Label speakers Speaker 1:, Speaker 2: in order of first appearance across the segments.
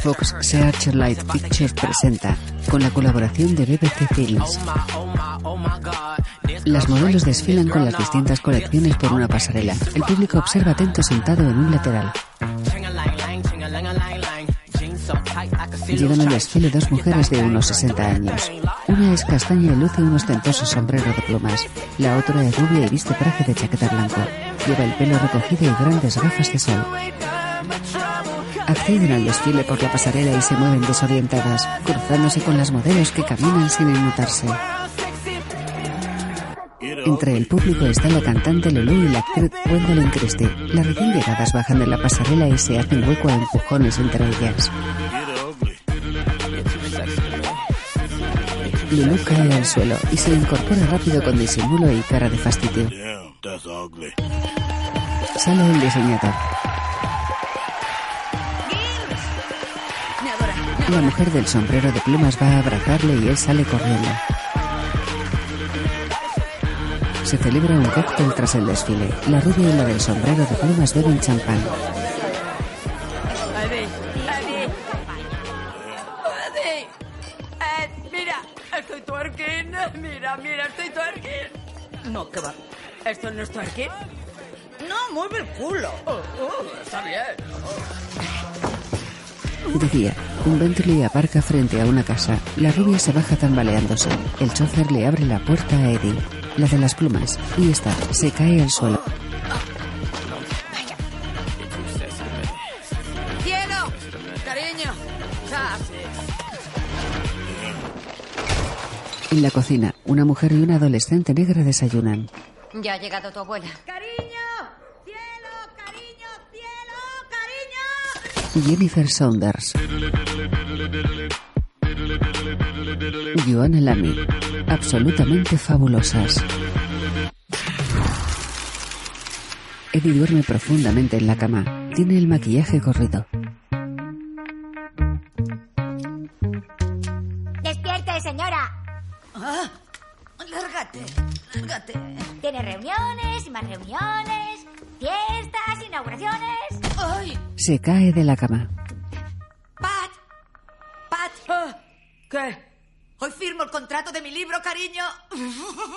Speaker 1: Fox Searchlight Pictures presenta, con la colaboración de BBC Films. Las modelos desfilan con las distintas colecciones por una pasarela. El público observa atento sentado en un lateral. Llevan al desfile dos mujeres de unos 60 años. Una es castaña y luce un ostentoso sombrero de plumas. La otra es rubia y viste traje de chaqueta blanco. Lleva el pelo recogido y grandes gafas de sol. Acceden al desfile por la pasarela y se mueven desorientadas, cruzándose con las modelos que caminan sin inmutarse. Entre el público está la cantante Lulu y la actriz Gwendolyn Christie. Las recién llegadas bajan de la pasarela y se hacen hueco a empujones entre ellas. Lulu cae al suelo y se incorpora rápido con disimulo y cara de fastidio. Sale el diseñador. La mujer del sombrero de plumas va a abrazarle y él sale corriendo. Se celebra un cóctel tras el desfile. La rubia y la del sombrero de plumas beben champán.
Speaker 2: Eh, Mira, estoy twerking. Mira, mira, estoy twerking. No, qué va. ¿Esto no es twerking? No, mueve el culo. está bien.
Speaker 1: De día, un Bentley aparca frente a una casa. La rubia se baja tambaleándose. El chofer le abre la puerta a Eddie, la de las plumas, y esta se cae al suelo.
Speaker 2: Cielo, cariño. Ah,
Speaker 1: En la cocina, una mujer y una adolescente negra desayunan.
Speaker 3: Ya ha llegado tu abuela.
Speaker 1: Jennifer Saunders. Joanna Lamy. Absolutamente fabulosas. Eddie duerme profundamente en la cama. Tiene el maquillaje corrido.
Speaker 4: Despierte, señora.
Speaker 2: Ah, lárgate, lárgate.
Speaker 4: Tiene reuniones y más reuniones, fiestas, inauguraciones.
Speaker 2: Ay,
Speaker 1: Se cae de la cama.
Speaker 2: Pat, Pat. Ah, ¿Qué? Hoy firmo el contrato de mi libro, cariño.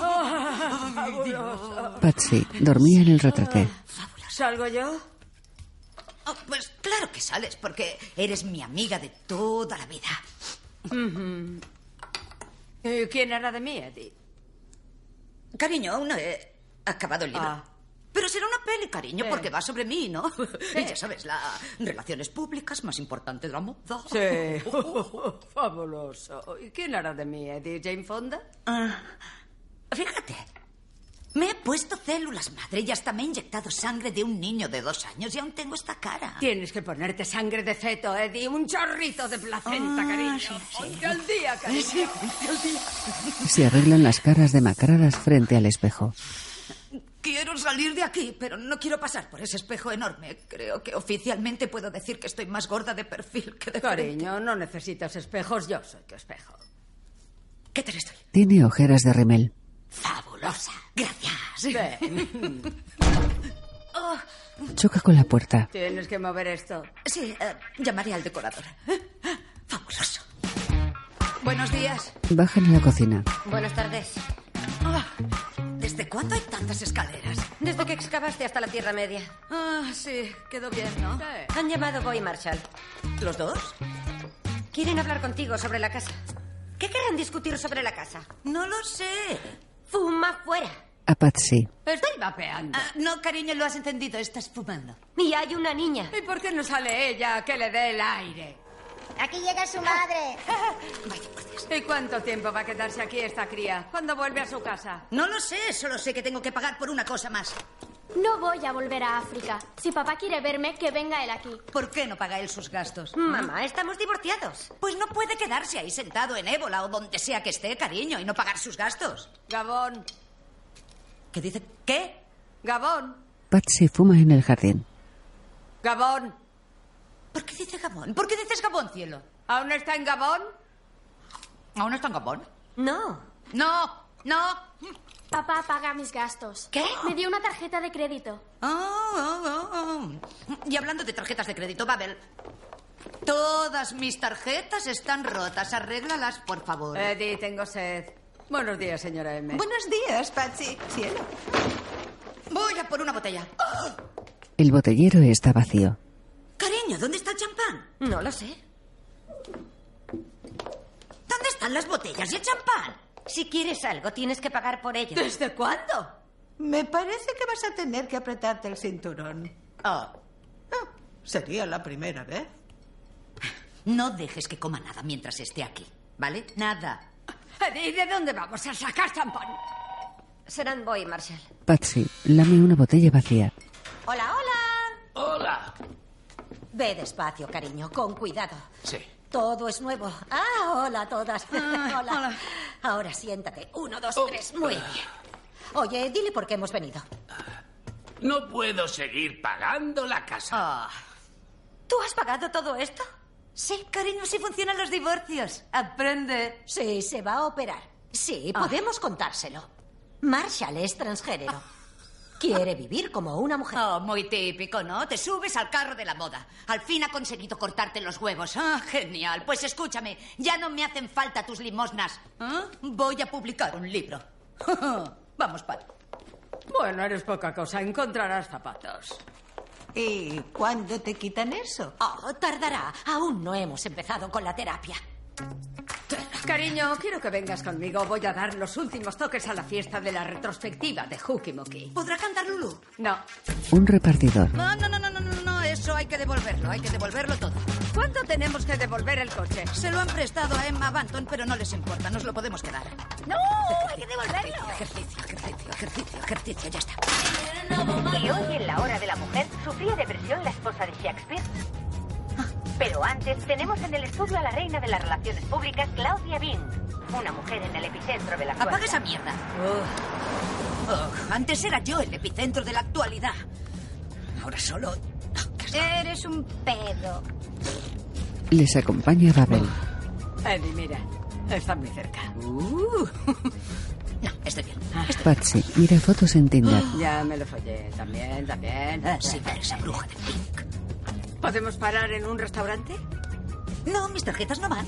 Speaker 2: Ah,
Speaker 1: Patsy dormía en el retraté.
Speaker 2: ¿Salgo yo?
Speaker 3: Oh, pues claro que sales, porque eres mi amiga de toda la vida.
Speaker 2: ¿Y ¿Quién hará de mí, Eddie?
Speaker 3: Cariño, aún no he acabado el libro.
Speaker 2: Ah.
Speaker 3: Pero será una peli, cariño,
Speaker 2: Sí.
Speaker 3: porque va sobre mí, ¿no? Y ya sabes, las relaciones públicas más importante de la moda.
Speaker 2: Sí, fabuloso. ¿Y quién hará de mí, Eddie? ¿Jane Fonda?
Speaker 3: Ah, fíjate. Me he puesto células madre y hasta me he inyectado sangre de un niño de dos años y aún tengo esta cara.
Speaker 2: Tienes que ponerte sangre de feto, Eddie. Un chorrito de
Speaker 3: Ah,
Speaker 2: placenta, cariño. Ponte al día, cariño.
Speaker 1: Se arreglan las caras demacradas frente al espejo.
Speaker 3: Quiero salir de aquí, pero no quiero pasar por ese espejo enorme. Creo que oficialmente puedo decir que estoy más gorda de perfil que de frente.
Speaker 2: Cariño, no necesitas espejos. Yo soy tu espejo.
Speaker 3: ¿Qué tal estoy?
Speaker 1: Tiene ojeras de remel.
Speaker 3: Fabulosa. Gracias.
Speaker 2: Ven,
Speaker 1: Choca con la puerta.
Speaker 2: Oh, tienes que mover esto.
Speaker 3: Sí, eh, llamaré al decorador. Fabuloso. Buenos días.
Speaker 1: Bajan a la cocina.
Speaker 5: Buenas tardes.
Speaker 3: Ah, ¿Desde cuándo hay tantas escaleras?
Speaker 5: Desde que excavaste hasta la Tierra Media,
Speaker 3: Ah, sí, quedó bien, ¿no?
Speaker 5: han llamado Boy Marshall.
Speaker 3: ¿Los dos?
Speaker 5: Quieren hablar contigo sobre la casa. ¿Qué querrán discutir sobre la casa?
Speaker 3: No lo sé.
Speaker 5: Fuma fuera.
Speaker 1: A Patsy.
Speaker 2: Estoy vapeando.
Speaker 3: Ah, no, cariño, lo has entendido. Estás fumando.
Speaker 5: Y hay una niña.
Speaker 2: ¿Y por qué no sale ella a que le dé el aire?
Speaker 4: Aquí llega su madre.
Speaker 2: ¿Y cuánto tiempo va a quedarse aquí esta cría? ¿Cuándo vuelve a su casa?
Speaker 3: No lo sé, solo sé que tengo que pagar por una cosa más.
Speaker 6: No voy a volver a África. Si papá quiere verme, que venga él aquí.
Speaker 3: ¿Por qué no paga él sus gastos?
Speaker 2: Mm.
Speaker 5: Mamá, estamos divorciados.
Speaker 3: Pues no puede quedarse ahí sentado en ébola o donde sea que esté, cariño, y no pagar sus gastos.
Speaker 2: Gabón,
Speaker 3: ¿Qué dice? ¿Qué?
Speaker 2: Gabón,
Speaker 1: Patsy fuma en el jardín.
Speaker 2: Gabón.
Speaker 3: ¿Por qué dice Gabón? ¿Por qué dices Gabón, cielo?
Speaker 2: ¿Aún está en Gabón?
Speaker 3: ¿Aún no está en Gabón?
Speaker 5: No.
Speaker 3: No, no.
Speaker 6: Papá paga mis gastos.
Speaker 3: ¿Qué?
Speaker 6: Me dio una tarjeta de
Speaker 3: Ah,
Speaker 6: crédito.
Speaker 3: Oh, oh, oh, oh. Y hablando de tarjetas de crédito, Babel, Todas mis tarjetas están rotas. Arréglalas, por favor.
Speaker 7: Eh,
Speaker 8: Eddie, tengo sed. Buenos días, señora M.
Speaker 3: Buenos días, Patsy. Cielo. Voy a por una botella.
Speaker 7: Ah.
Speaker 3: ¡Oh!
Speaker 1: El botellero está vacío.
Speaker 3: Cariño, ¿dónde está el champán?
Speaker 9: No lo sé.
Speaker 3: ¿Dónde están las botellas y el champán?
Speaker 9: Si quieres algo, tienes que pagar por ello.
Speaker 3: ¿Desde cuándo?
Speaker 7: Me parece que vas a tener que apretarte el cinturón.
Speaker 3: Oh,
Speaker 7: Ah, sería la primera vez.
Speaker 3: no dejes que coma nada mientras esté aquí, ¿vale? Nada.
Speaker 8: Eddie, ¿de dónde vamos a sacar champán?
Speaker 9: Serán Boy, Marshall.
Speaker 1: Patsy lame una botella vacía.
Speaker 9: Hola, hola.
Speaker 10: Hola.
Speaker 9: Ve despacio, cariño, con cuidado.
Speaker 10: Sí.
Speaker 9: Todo es nuevo. Ah, hola a todas. hola. Ahora siéntate. Uno, dos, tres. Muy bien. Oye, dile por qué hemos venido.
Speaker 10: No puedo seguir pagando la casa.
Speaker 9: Ah, ¿Tú has pagado todo esto?
Speaker 3: Sí, cariño, sí funcionan los divorcios. Aprende. Ah.
Speaker 9: Sí, se va a operar. Sí, podemos contárselo. Marshall es transgénero. Quiere vivir como una mujer.
Speaker 3: Oh, muy típico, ¿no? Te subes al carro de la moda. Al fin ha conseguido cortarte los huevos. Ah, genial. Pues escúchame, ya no me hacen falta tus limosnas. ¿Ah? Voy a publicar un libro. Vamos, Pat.
Speaker 8: Bueno, eres poca cosa. Encontrarás zapatos.
Speaker 7: ¿Y cuándo te quitan eso?
Speaker 9: Oh, tardará. Aún no hemos empezado con la terapia.
Speaker 8: Cariño, quiero que vengas conmigo. Voy a dar los últimos toques a la fiesta de la retrospectiva de Hukimoki.
Speaker 3: ¿Podrá cantar Lulu?
Speaker 8: No.
Speaker 1: Un repartidor.
Speaker 3: No, no, no, no, no, no, no, eso hay que devolverlo, hay que devolverlo todo.
Speaker 8: ¿Cuánto tenemos que devolver el coche?
Speaker 3: Se lo han prestado a Emma Banton, pero no les importa, nos lo podemos quedar.
Speaker 11: ¡No! ¡Hay que devolverlo!
Speaker 3: Ejercicio, ejercicio, ejercicio, ejercicio, ya está.
Speaker 12: Y hoy en La Hora de la Mujer sufría depresión la esposa de Shakespeare. Pero antes tenemos en el estudio a la reina de las relaciones públicas, Claudia Bin, una mujer en el epicentro de la
Speaker 3: Apaga
Speaker 12: actualidad.
Speaker 3: esa mierda. Oh, antes era yo el epicentro de la actualidad. Ahora solo...
Speaker 11: Eres un pedo.
Speaker 1: Les acompaña Babel.
Speaker 8: Eddie, mira. Están muy cerca. Ah.
Speaker 3: Uh. No, estoy bien.
Speaker 1: Patsy mira fotos en Tinder.
Speaker 8: Ya me lo follé. También, también.
Speaker 3: Sí, pero esa bruja de Pink.
Speaker 8: ¿Podemos parar en un restaurante?
Speaker 3: No, mis tarjetas no van.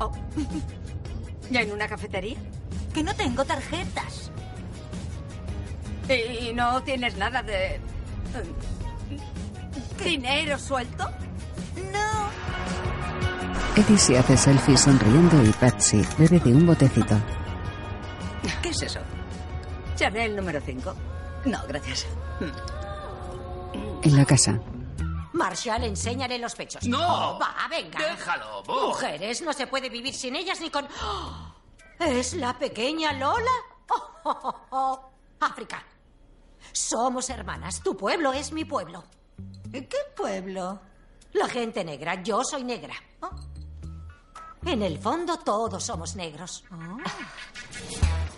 Speaker 8: ¿O ¿Ya en una cafetería?
Speaker 3: Que no tengo tarjetas.
Speaker 8: ¿Y y no tienes nada de... dinero suelto?
Speaker 3: No.
Speaker 1: Eddie se hace selfie sonriendo y Patsy bebe de un botecito.
Speaker 3: ¿Qué es eso?
Speaker 8: Chanel número 5.
Speaker 3: No, gracias. Hmm.
Speaker 1: En la casa.
Speaker 9: Marshall, enséñale los pechos.
Speaker 10: No.
Speaker 9: Oh, va, venga.
Speaker 10: Déjalo, Bo.
Speaker 9: Mujeres, no se puede vivir sin ellas ni con. ¡Oh! ¿Es la pequeña Lola? Oh, oh, oh, oh. África. Somos hermanas. Tu pueblo es mi pueblo.
Speaker 7: ¿Qué pueblo? Oh.
Speaker 9: La gente negra, yo soy negra. ¿no? En el fondo todos somos negros.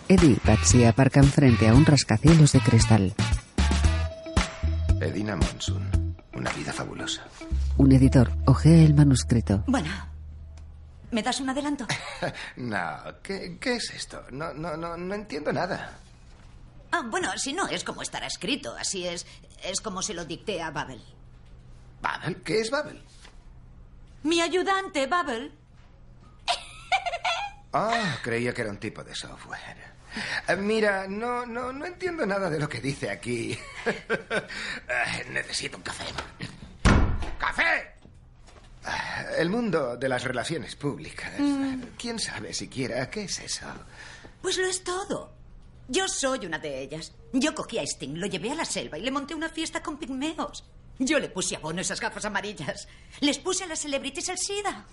Speaker 1: Eddie y Patsy aparcan frente a un rascacielos de cristal.
Speaker 2: Edina Monsoon. Una vida fabulosa.
Speaker 1: Un editor ojea el manuscrito.
Speaker 3: Bueno, ¿me das un adelanto?
Speaker 2: No, ¿qué, qué es esto? No, no, no, no entiendo nada.
Speaker 3: Ah, bueno, si no, es como estará escrito. Así es, es como se lo dicté a Babel.
Speaker 2: ¿Babel? ¿Qué es Babel?
Speaker 3: Mi ayudante, Babel.
Speaker 2: Ah, creía que era un tipo de software. Eh, Mira, no, no, no entiendo nada de lo que dice aquí. Eh, Necesito un café. ¡Café! Ah, El mundo de las relaciones públicas. ¿Quién sabe siquiera qué es eso?
Speaker 3: Mm. Pues lo es todo. Yo soy una de ellas. Yo cogí a Sting, lo llevé a la selva y le monté una fiesta con pigmeos. Yo le puse abono a esas gafas amarillas. Les puse a las celebrities el SIDA.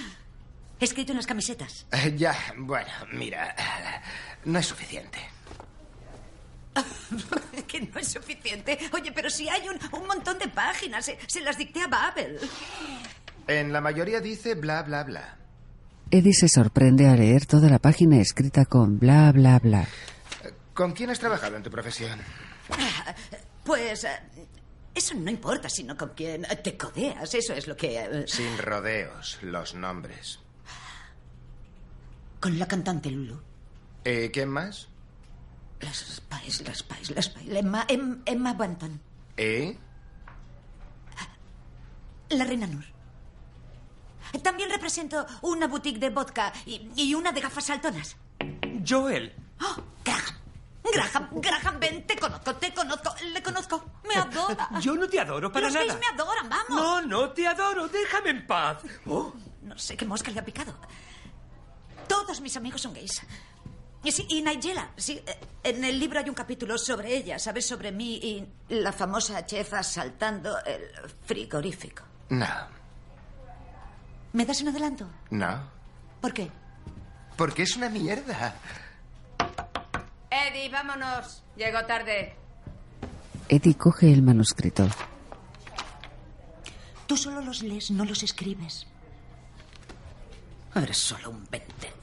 Speaker 3: Escrito en las camisetas.
Speaker 2: Eh, Ya, bueno, mira, no es suficiente.
Speaker 3: que no es suficiente. Oye, pero si hay un, un montón de páginas. Se, se las dicté a Babel.
Speaker 2: En la mayoría dice bla, bla, bla.
Speaker 1: Eddie se sorprende al leer toda la página escrita con bla bla bla.
Speaker 2: ¿Con quién has trabajado en tu profesión?
Speaker 3: Pues... eh, eso no importa, sino con quién eh, te codeas. Eso es lo que... eh,
Speaker 2: Sin rodeos, los nombres.
Speaker 3: Con la cantante Lulu.
Speaker 2: ¿Y Eh, quién más?
Speaker 3: Las Spice, las Spice, las Spice. Emma, Em- Emma
Speaker 2: Eh,
Speaker 3: Banton.
Speaker 2: ¿Y?
Speaker 3: La reina Nur. También represento una boutique de vodka y, y una de gafas saltonas.
Speaker 13: Joel.
Speaker 3: ¡Oh, Graham! Graham, Graham, ven, te conozco, te conozco, le conozco. Me adora.
Speaker 13: Yo no te adoro para
Speaker 3: Los
Speaker 13: nada.
Speaker 3: gays me adoran, vamos.
Speaker 13: No, no te adoro. Déjame en paz. Oh,
Speaker 3: No sé qué mosca le ha picado. Todos mis amigos son gays. Y sí, y Nigella, sí, eh, en el libro hay un capítulo sobre ella, ¿sabes? Sobre mí y la famosa chef asaltando el frigorífico.
Speaker 2: No,
Speaker 3: ¿Me das un adelanto?
Speaker 2: no.
Speaker 3: ¿Por qué?
Speaker 2: Porque es una mierda.
Speaker 14: Eddie, vámonos. Llego tarde.
Speaker 1: Eddie coge el manuscrito.
Speaker 3: Tú solo los lees, no los escribes. Eres solo un vendedor.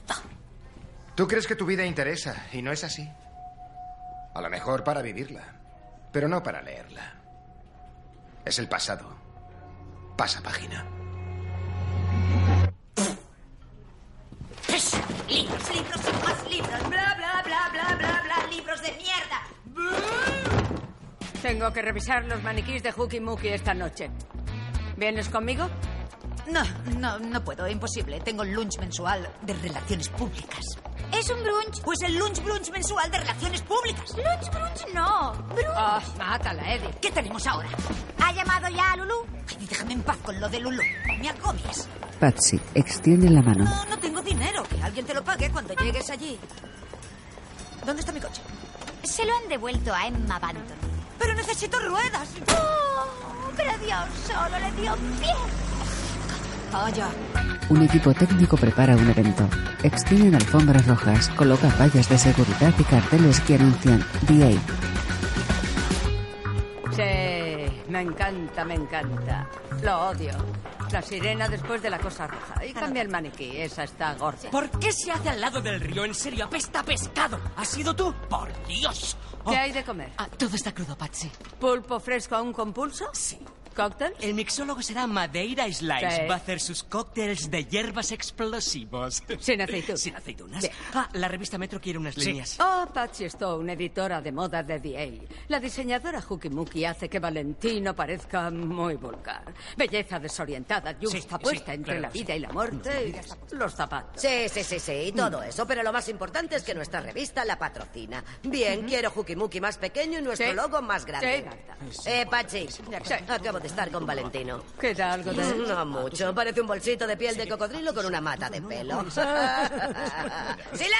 Speaker 2: Tú crees que tu vida interesa y no es así. A lo mejor para vivirla, pero no para leerla. Es el pasado. Pasa página.
Speaker 3: Es Libros, libros y más libros. Bla, bla, bla, bla, bla, bla. Libros de mierda.
Speaker 14: Tengo que revisar los maniquís de Hooky Mookie esta noche. ¿Vienes conmigo?
Speaker 3: No, no, no puedo, imposible. Tengo el lunch mensual de relaciones públicas.
Speaker 15: Es un brunch.
Speaker 3: Pues el lunch brunch mensual de relaciones públicas. Ah,
Speaker 15: Lunch brunch no. Brunch.
Speaker 14: Oh, mátala, Eddie.
Speaker 3: ¿Qué tenemos ahora?
Speaker 15: ¿Ha llamado ya a Lulu?
Speaker 3: Ay, déjame en paz con lo de Lulu. Me agobias.
Speaker 1: Patsy extiende la mano.
Speaker 3: No, no tengo dinero. Que alguien te lo pague cuando llegues allí. ¿Dónde está mi coche?
Speaker 15: Se lo han devuelto a Emma Banton.
Speaker 3: Pero necesito ruedas.
Speaker 15: Oh, pero Dios solo le dio pie.
Speaker 3: Vaya.
Speaker 1: Un equipo técnico prepara un evento. Extienden alfombras rojas, coloca vallas de seguridad y carteles que anuncian DA.
Speaker 14: Sí, me encanta, me encanta. Lo odio. La sirena después de la cosa roja. Y cambia el maniquí, esa está gorda.
Speaker 13: ¿Por qué se hace al lado del río? En serio, apesta a pescado. ¿Has sido tú? Por Dios. Oh,
Speaker 14: ¿Qué hay de comer?
Speaker 3: Ah,
Speaker 16: todo está crudo, Patsy.
Speaker 14: ¿Pulpo fresco aún con pulso? Sí. ¿Cóctel?
Speaker 16: El mixólogo será Madeira Slice.
Speaker 14: Sí.
Speaker 16: Va a hacer sus cócteles de hierbas explosivos.
Speaker 14: Sin aceitunas.
Speaker 16: Sin aceitunas.
Speaker 14: Bien.
Speaker 16: Ah, la revista Metro quiere unas líneas.
Speaker 14: Oh, Patsy Stone, editora de moda de DA. La diseñadora Hukimuki hace que Valentino parezca muy vulgar. Belleza desorientada y
Speaker 16: Sí,
Speaker 14: está
Speaker 16: sí,
Speaker 14: puesta entre
Speaker 16: claro,
Speaker 14: la
Speaker 16: sí.
Speaker 14: vida y la muerte y los zapatos.
Speaker 9: Sí, sí, sí, sí, y
Speaker 3: Mm.
Speaker 9: todo eso. Pero lo más importante es que nuestra revista la patrocina. Bien, quiero Hukimuki más pequeño y nuestro
Speaker 14: Sí.
Speaker 9: logo más grande.
Speaker 14: Sí.
Speaker 9: Eh, Pachi, acabo de estar con Valentino.
Speaker 14: Queda algo de...
Speaker 9: No mucho, parece un bolsito de piel de cocodrilo con una mata de pelo. ¡Silencio!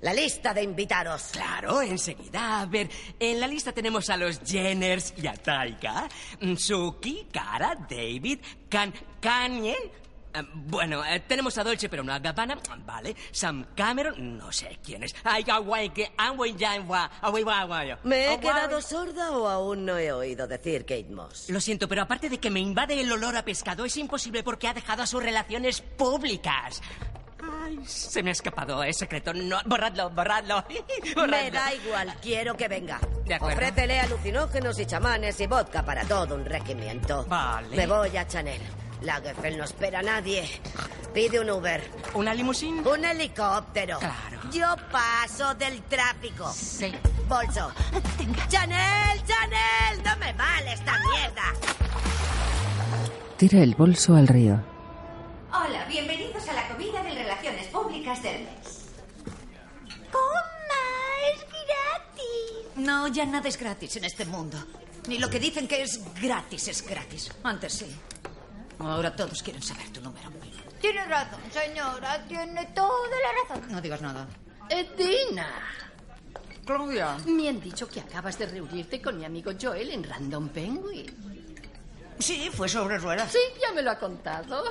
Speaker 9: La lista de invitados.
Speaker 16: Claro, enseguida. A ver, en la lista tenemos a los Jenners y a Taika, Suki, Kara, David, Kan, Kanye. eh, Bueno, eh, tenemos a Dolce pero no a Gabbana, vale. Sam Cameron, no sé quién es. Ay, guay, que Anwen Yanwa, Awei wa, wa, yo.
Speaker 9: ¿Me he
Speaker 16: Oh,
Speaker 9: quedado
Speaker 16: guau.
Speaker 9: sorda o aún no he oído decir Kate Moss?
Speaker 16: Lo siento, pero aparte de que me invade el olor a pescado, es imposible porque ha dejado a sus relaciones públicas. Ay, se me ha escapado, es secreto. No, borradlo, borradlo.
Speaker 9: Me
Speaker 16: borradlo.
Speaker 9: da igual, quiero que venga.
Speaker 16: De acuerdo.
Speaker 9: Ofrécele alucinógenos y chamanes y vodka para todo un regimiento.
Speaker 16: Vale.
Speaker 9: Me voy a Chanel. La Geffen no espera a nadie. Pide un Uber.
Speaker 16: ¿Una limusina?
Speaker 9: Un helicóptero.
Speaker 16: Claro.
Speaker 9: Yo paso del tráfico.
Speaker 16: Sí.
Speaker 9: Bolso. ¡Chanel! ¡Chanel! ¡No me vale esta mierda!
Speaker 1: Tira el bolso al río.
Speaker 17: Hola, bienvenidos a la comida de Relaciones Públicas del mes.
Speaker 15: ¡Coma! ¡Es gratis!
Speaker 3: No, ya nada es gratis en este mundo. Ni lo que dicen que es gratis es gratis. Antes sí. Ahora todos quieren saber tu número.
Speaker 15: Tiene razón, señora. Tiene toda la razón.
Speaker 3: No digas nada.
Speaker 4: Edina,
Speaker 14: Claudia.
Speaker 4: me han dicho que acabas de reunirte con mi amigo Joel en Random Penguin.
Speaker 3: Sí, fue sobre ruedas.
Speaker 4: Sí, ya me lo ha contado.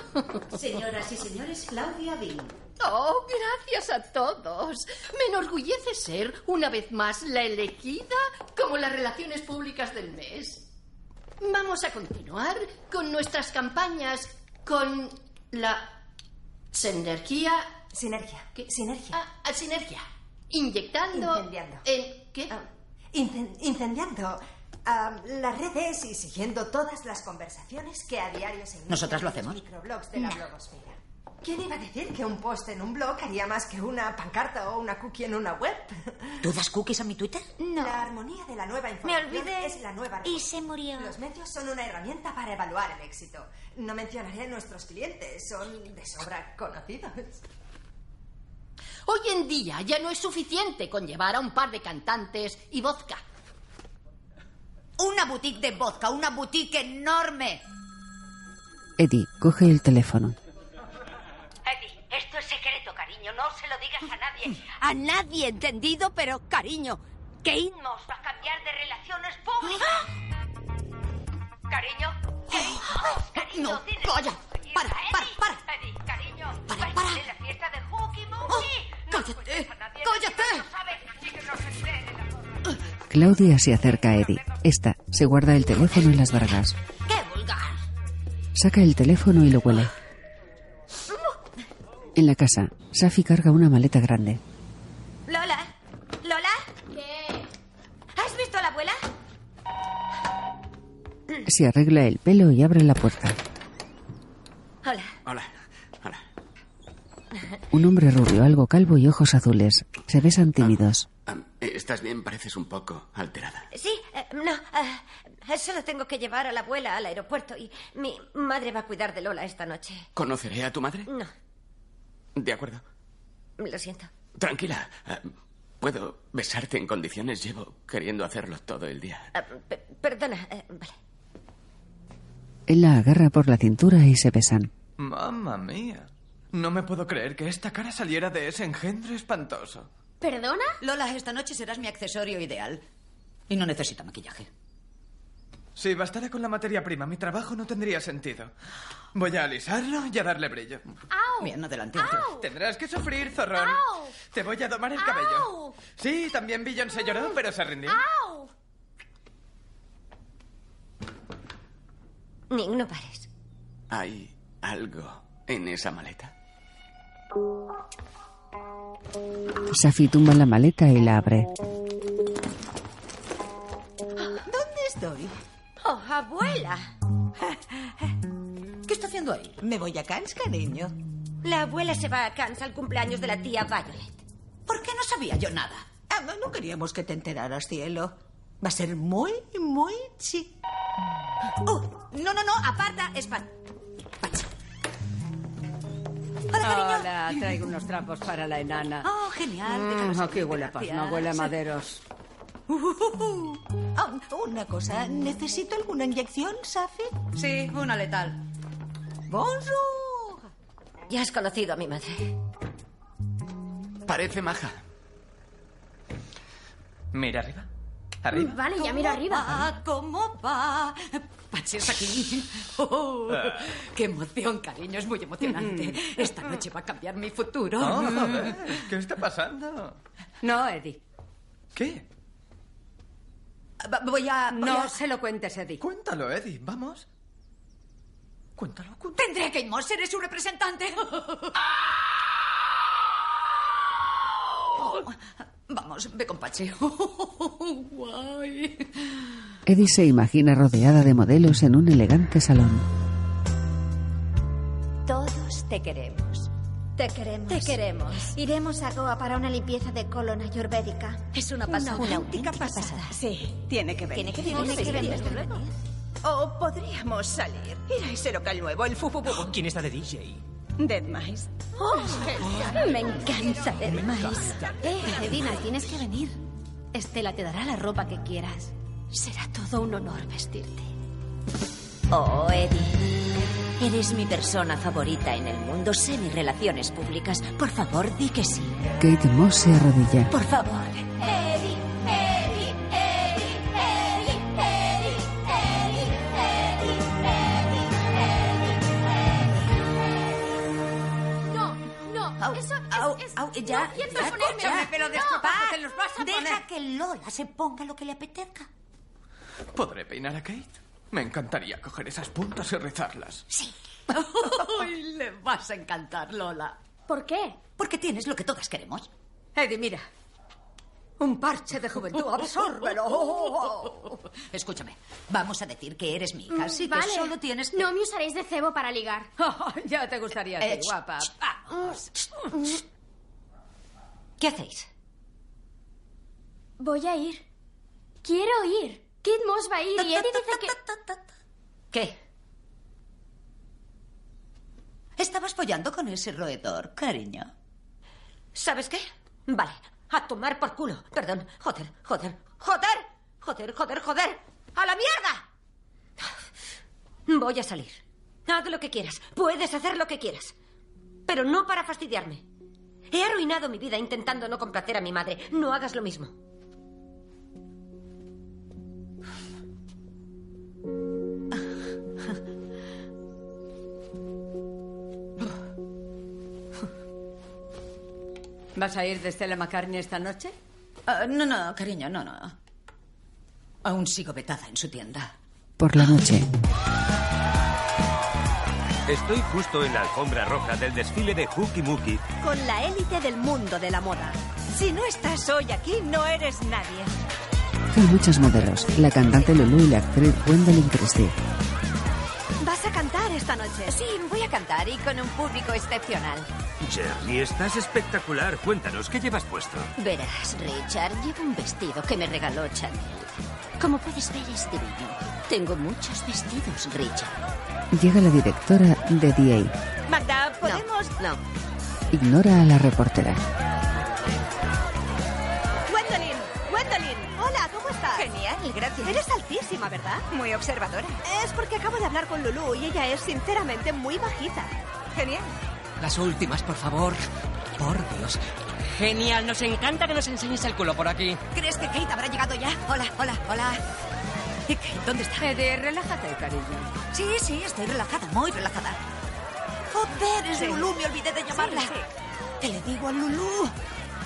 Speaker 3: Señoras y señores, Claudia Bill.
Speaker 4: Oh, gracias a todos. Me enorgullece ser, una vez más, la elegida como las relaciones públicas del mes. Vamos a continuar con nuestras campañas con la sinergia.
Speaker 18: Sinergia. Sinergia.
Speaker 4: Ah, ah, sinergia. Inyectando.
Speaker 18: Incendiando.
Speaker 4: En, ¿Qué?
Speaker 19: Ah,
Speaker 18: Incen- incendiando ah, las redes y siguiendo todas las conversaciones que a diario se inician
Speaker 3: ¿Nosotras lo
Speaker 18: en los
Speaker 3: hacemos? Mm.
Speaker 18: microblogs de la blogosfera.
Speaker 19: ¿Quién iba a decir que un post en un blog haría más que una pancarta o una cookie en una web?
Speaker 3: ¿Tú das cookies a mi Twitter?
Speaker 19: No. La armonía de la nueva información
Speaker 9: olvidé.
Speaker 19: es la nueva
Speaker 9: Y
Speaker 19: realidad.
Speaker 9: se murió.
Speaker 19: Los medios son una herramienta para evaluar el éxito. No mencionaré a nuestros clientes, son de sobra conocidos.
Speaker 20: Hoy en día ya no es suficiente con llevar a un par de cantantes y vodka.
Speaker 3: Una boutique de vodka, una boutique enorme.
Speaker 1: Eddie coge el teléfono.
Speaker 16: Eddie, esto es secreto, cariño. No se lo digas a nadie.
Speaker 3: A nadie, entendido, pero cariño,
Speaker 16: Que Inma os va a cambiar de relaciones públicas.
Speaker 9: ¿Ah?
Speaker 16: Cariño, que Inma os- cariño,
Speaker 3: No,
Speaker 16: dile-
Speaker 3: calla. Para, para, para.
Speaker 16: Eddie, cariño,
Speaker 3: Para,
Speaker 16: vais
Speaker 3: para.
Speaker 16: de la fiesta de Hooky
Speaker 3: Oh,
Speaker 16: Mookie.
Speaker 14: Eh,
Speaker 3: cállate,
Speaker 16: cállate.
Speaker 1: Claudia se acerca a Eddie. Esta se guarda el teléfono en las bragas.
Speaker 9: ¡Qué vulgar!
Speaker 1: Saca el teléfono y lo huele. En la casa, Safi carga una maleta grande.
Speaker 9: Lola, Lola. ¿Qué? ¿Has visto a la abuela?
Speaker 1: Se arregla el pelo y abre la puerta.
Speaker 9: Hola.
Speaker 10: Hola. Hola.
Speaker 1: Un hombre rubio, algo calvo y ojos azules. Se besan tímidos.
Speaker 10: Am, Eh, Estás bien, pareces un poco alterada.
Speaker 9: Sí, eh, no. eh, solo tengo que llevar a la abuela al aeropuerto y mi madre va a cuidar de Lola esta noche.
Speaker 10: ¿Conoceré a tu madre?
Speaker 9: No,
Speaker 10: De acuerdo.
Speaker 9: lo siento.
Speaker 10: Tranquila. am, Puedo besarte en condiciones. Llevo queriendo hacerlo todo el día.
Speaker 9: Eh, pe- perdona. eh, vale.
Speaker 1: Él la agarra por la cintura y se besan.
Speaker 21: Mamma mía. No me puedo creer que esta cara saliera de ese engendro espantoso.
Speaker 3: ¿Perdona? Lola, esta noche serás mi accesorio ideal. Y no necesita maquillaje.
Speaker 21: Si bastara con la materia prima, mi trabajo no tendría sentido. Voy a alisarlo y a darle brillo.
Speaker 3: Bien, Oh, adelante.
Speaker 21: Tendrás que sufrir, zorrón. Te voy a domar el cabello. Sí, también Beyoncé lloró, pero se rindió.
Speaker 16: Ah.
Speaker 9: ¡Au! Nick, no pares.
Speaker 10: ¿Hay algo en esa maleta?
Speaker 1: Safi tumba la maleta y la abre.
Speaker 22: ¿Dónde estoy?
Speaker 9: Oh, abuela.
Speaker 22: ¿Qué está haciendo ahí? Me voy a Cannes, cariño.
Speaker 23: La abuela se va a Kansas al cumpleaños de la tía Violet.
Speaker 22: ¿Por qué no sabía yo nada? Ah, no queríamos que te enteraras, cielo. Va a ser muy, muy chic.
Speaker 3: Oh, no, no, no, aparta, es pan.
Speaker 24: Hola, traigo unos trapos para la enana.
Speaker 3: Oh, genial. déjalos
Speaker 24: Mm, aquí huele a
Speaker 22: gracias.
Speaker 24: pasma, huele a maderos.
Speaker 22: Ah, una cosa, ¿necesito alguna inyección, Safi?
Speaker 3: Sí, una letal.
Speaker 22: Bonjour.
Speaker 9: Ya has conocido a mi madre.
Speaker 10: Parece maja.
Speaker 21: Mira arriba. Arriba.
Speaker 9: Vale, ya mira arriba.
Speaker 3: Va, ¿Cómo va? Pachi es aquí. Oh,
Speaker 21: Ah.
Speaker 3: ¡Qué emoción, cariño! Es muy emocionante. Esta noche va a cambiar mi futuro. Mm.
Speaker 21: Oh, eh, ¿Qué está pasando?
Speaker 24: No, Eddie.
Speaker 21: ¿Qué?
Speaker 3: Voy a...
Speaker 24: No se lo cuentes, Eddie.
Speaker 21: Cuéntalo, Eddie. Vamos. Cuéntalo.
Speaker 3: Tendré que irmos, eres un representante. Vamos, ve con Pachi. Guay.
Speaker 1: Eddie se imagina rodeada de modelos en un elegante salón.
Speaker 25: Todos te queremos. Te queremos. Te queremos. Iremos a Goa para una limpieza de colon ayurvédica. Es una
Speaker 3: pasada.
Speaker 25: Una
Speaker 3: Una
Speaker 25: auténtica pasada. Sí.
Speaker 24: Tiene que
Speaker 25: Tiene que
Speaker 24: venir.
Speaker 25: venir.
Speaker 24: Tiene que venir, desde luego.
Speaker 26: O podríamos salir. Ir a ese local nuevo, el Fufu
Speaker 27: ¿Quién está de DJ?
Speaker 26: Dead Mice.
Speaker 25: Oh, me encanta de maíz. Eh, Edina, tienes que venir. Estela te dará la ropa que quieras. Será todo un honor vestirte.
Speaker 16: Oh, Eddie. Eres mi persona favorita en el mundo. Sé mis relaciones públicas. Por favor, di que sí.
Speaker 1: Kate Moss se arrodilla.
Speaker 16: Por favor.
Speaker 9: Eddie, Eddie, Eddie, Eddie, Eddie, Eddie, Eddie, Eddie, Eddie, Eddie. No, no, eso es, es-
Speaker 3: ya,
Speaker 9: no pienso
Speaker 3: ya,
Speaker 9: ponerme-
Speaker 3: escúchame, pero de estos
Speaker 9: No.
Speaker 3: pajos te los vas a
Speaker 9: Deja
Speaker 3: poner.
Speaker 9: que Lola se ponga lo que le apetezca.
Speaker 21: ¿Podré peinar a Kate? Me encantaría coger esas puntas y rezarlas.
Speaker 3: Sí. Uy, le vas a encantar, Lola.
Speaker 25: ¿Por qué?
Speaker 3: Porque tienes lo que todas queremos.
Speaker 23: Eddie, mira.
Speaker 28: Un parche de juventud, absórbelo. Escúchame, vamos a decir que eres mi
Speaker 9: Mm,
Speaker 28: hija, así que solo
Speaker 16: tienes No me usaréis de cebo para ligar.
Speaker 3: ya te gustaría a ti,
Speaker 28: Eh, ch-
Speaker 3: guapa. Vamos.
Speaker 28: ¿Qué hacéis?
Speaker 16: Voy a ir. Quiero ir. Kid Moss va a ir y Eddie dice que...
Speaker 28: ¿Qué? Estabas follando con ese roedor, cariño.
Speaker 29: ¿Sabes qué? Vale, a tomar por culo. Perdón, joder, joder, joder, joder, joder, joder. ¡A la mierda! Voy a salir. Haz lo que quieras. Puedes hacer lo que quieras. Pero no para fastidiarme. He arruinado mi vida intentando no complacer a mi madre. No hagas lo mismo.
Speaker 3: ¿Vas a ir de Stella McCartney esta noche?
Speaker 28: Ah, no, no, cariño, no, no. Aún sigo vetada en su tienda.
Speaker 1: Por la noche,
Speaker 13: Estoy justo en la alfombra roja del desfile de Hooky Mookie.
Speaker 25: Con la élite del mundo de la moda. Si no estás hoy aquí, no eres nadie.
Speaker 1: hay muchos modelos, la cantante Lulu y la actriz Gwendolyn Christie.
Speaker 25: ¿Vas a cantar esta noche?
Speaker 9: Sí, voy a cantar y con un público excepcional.
Speaker 13: Jerry, estás espectacular. Cuéntanos, ¿qué llevas puesto?
Speaker 9: Verás, Richard, llevo un vestido que me regaló Chanel. Como puedes ver, es divino. Tengo muchos vestidos, Richard.
Speaker 1: Llega la directora de DA.
Speaker 25: Magda, ¿podemos...? No.
Speaker 1: Ignora a la reportera.
Speaker 25: Gwendolyn, Gwendolyn. Hola, ¿cómo estás? Genial, gracias. Eres altísima, ¿verdad? Muy observadora. Es porque acabo de hablar con Lulu y ella es sinceramente muy bajita. Genial.
Speaker 30: Las últimas, por favor. Por Dios. Genial, nos encanta que nos enseñes el culo por aquí.
Speaker 31: ¿Crees que Kate habrá llegado ya? Hola, hola, hola. ¿Y Kate, ¿Dónde está? relájate, cariño. Sí, sí, estoy relajada, muy relajada.
Speaker 32: Joder, es
Speaker 31: Sí.
Speaker 32: Lulú, me olvidé de llamarla.
Speaker 31: Sí, sí.
Speaker 32: Te le digo a Lulú.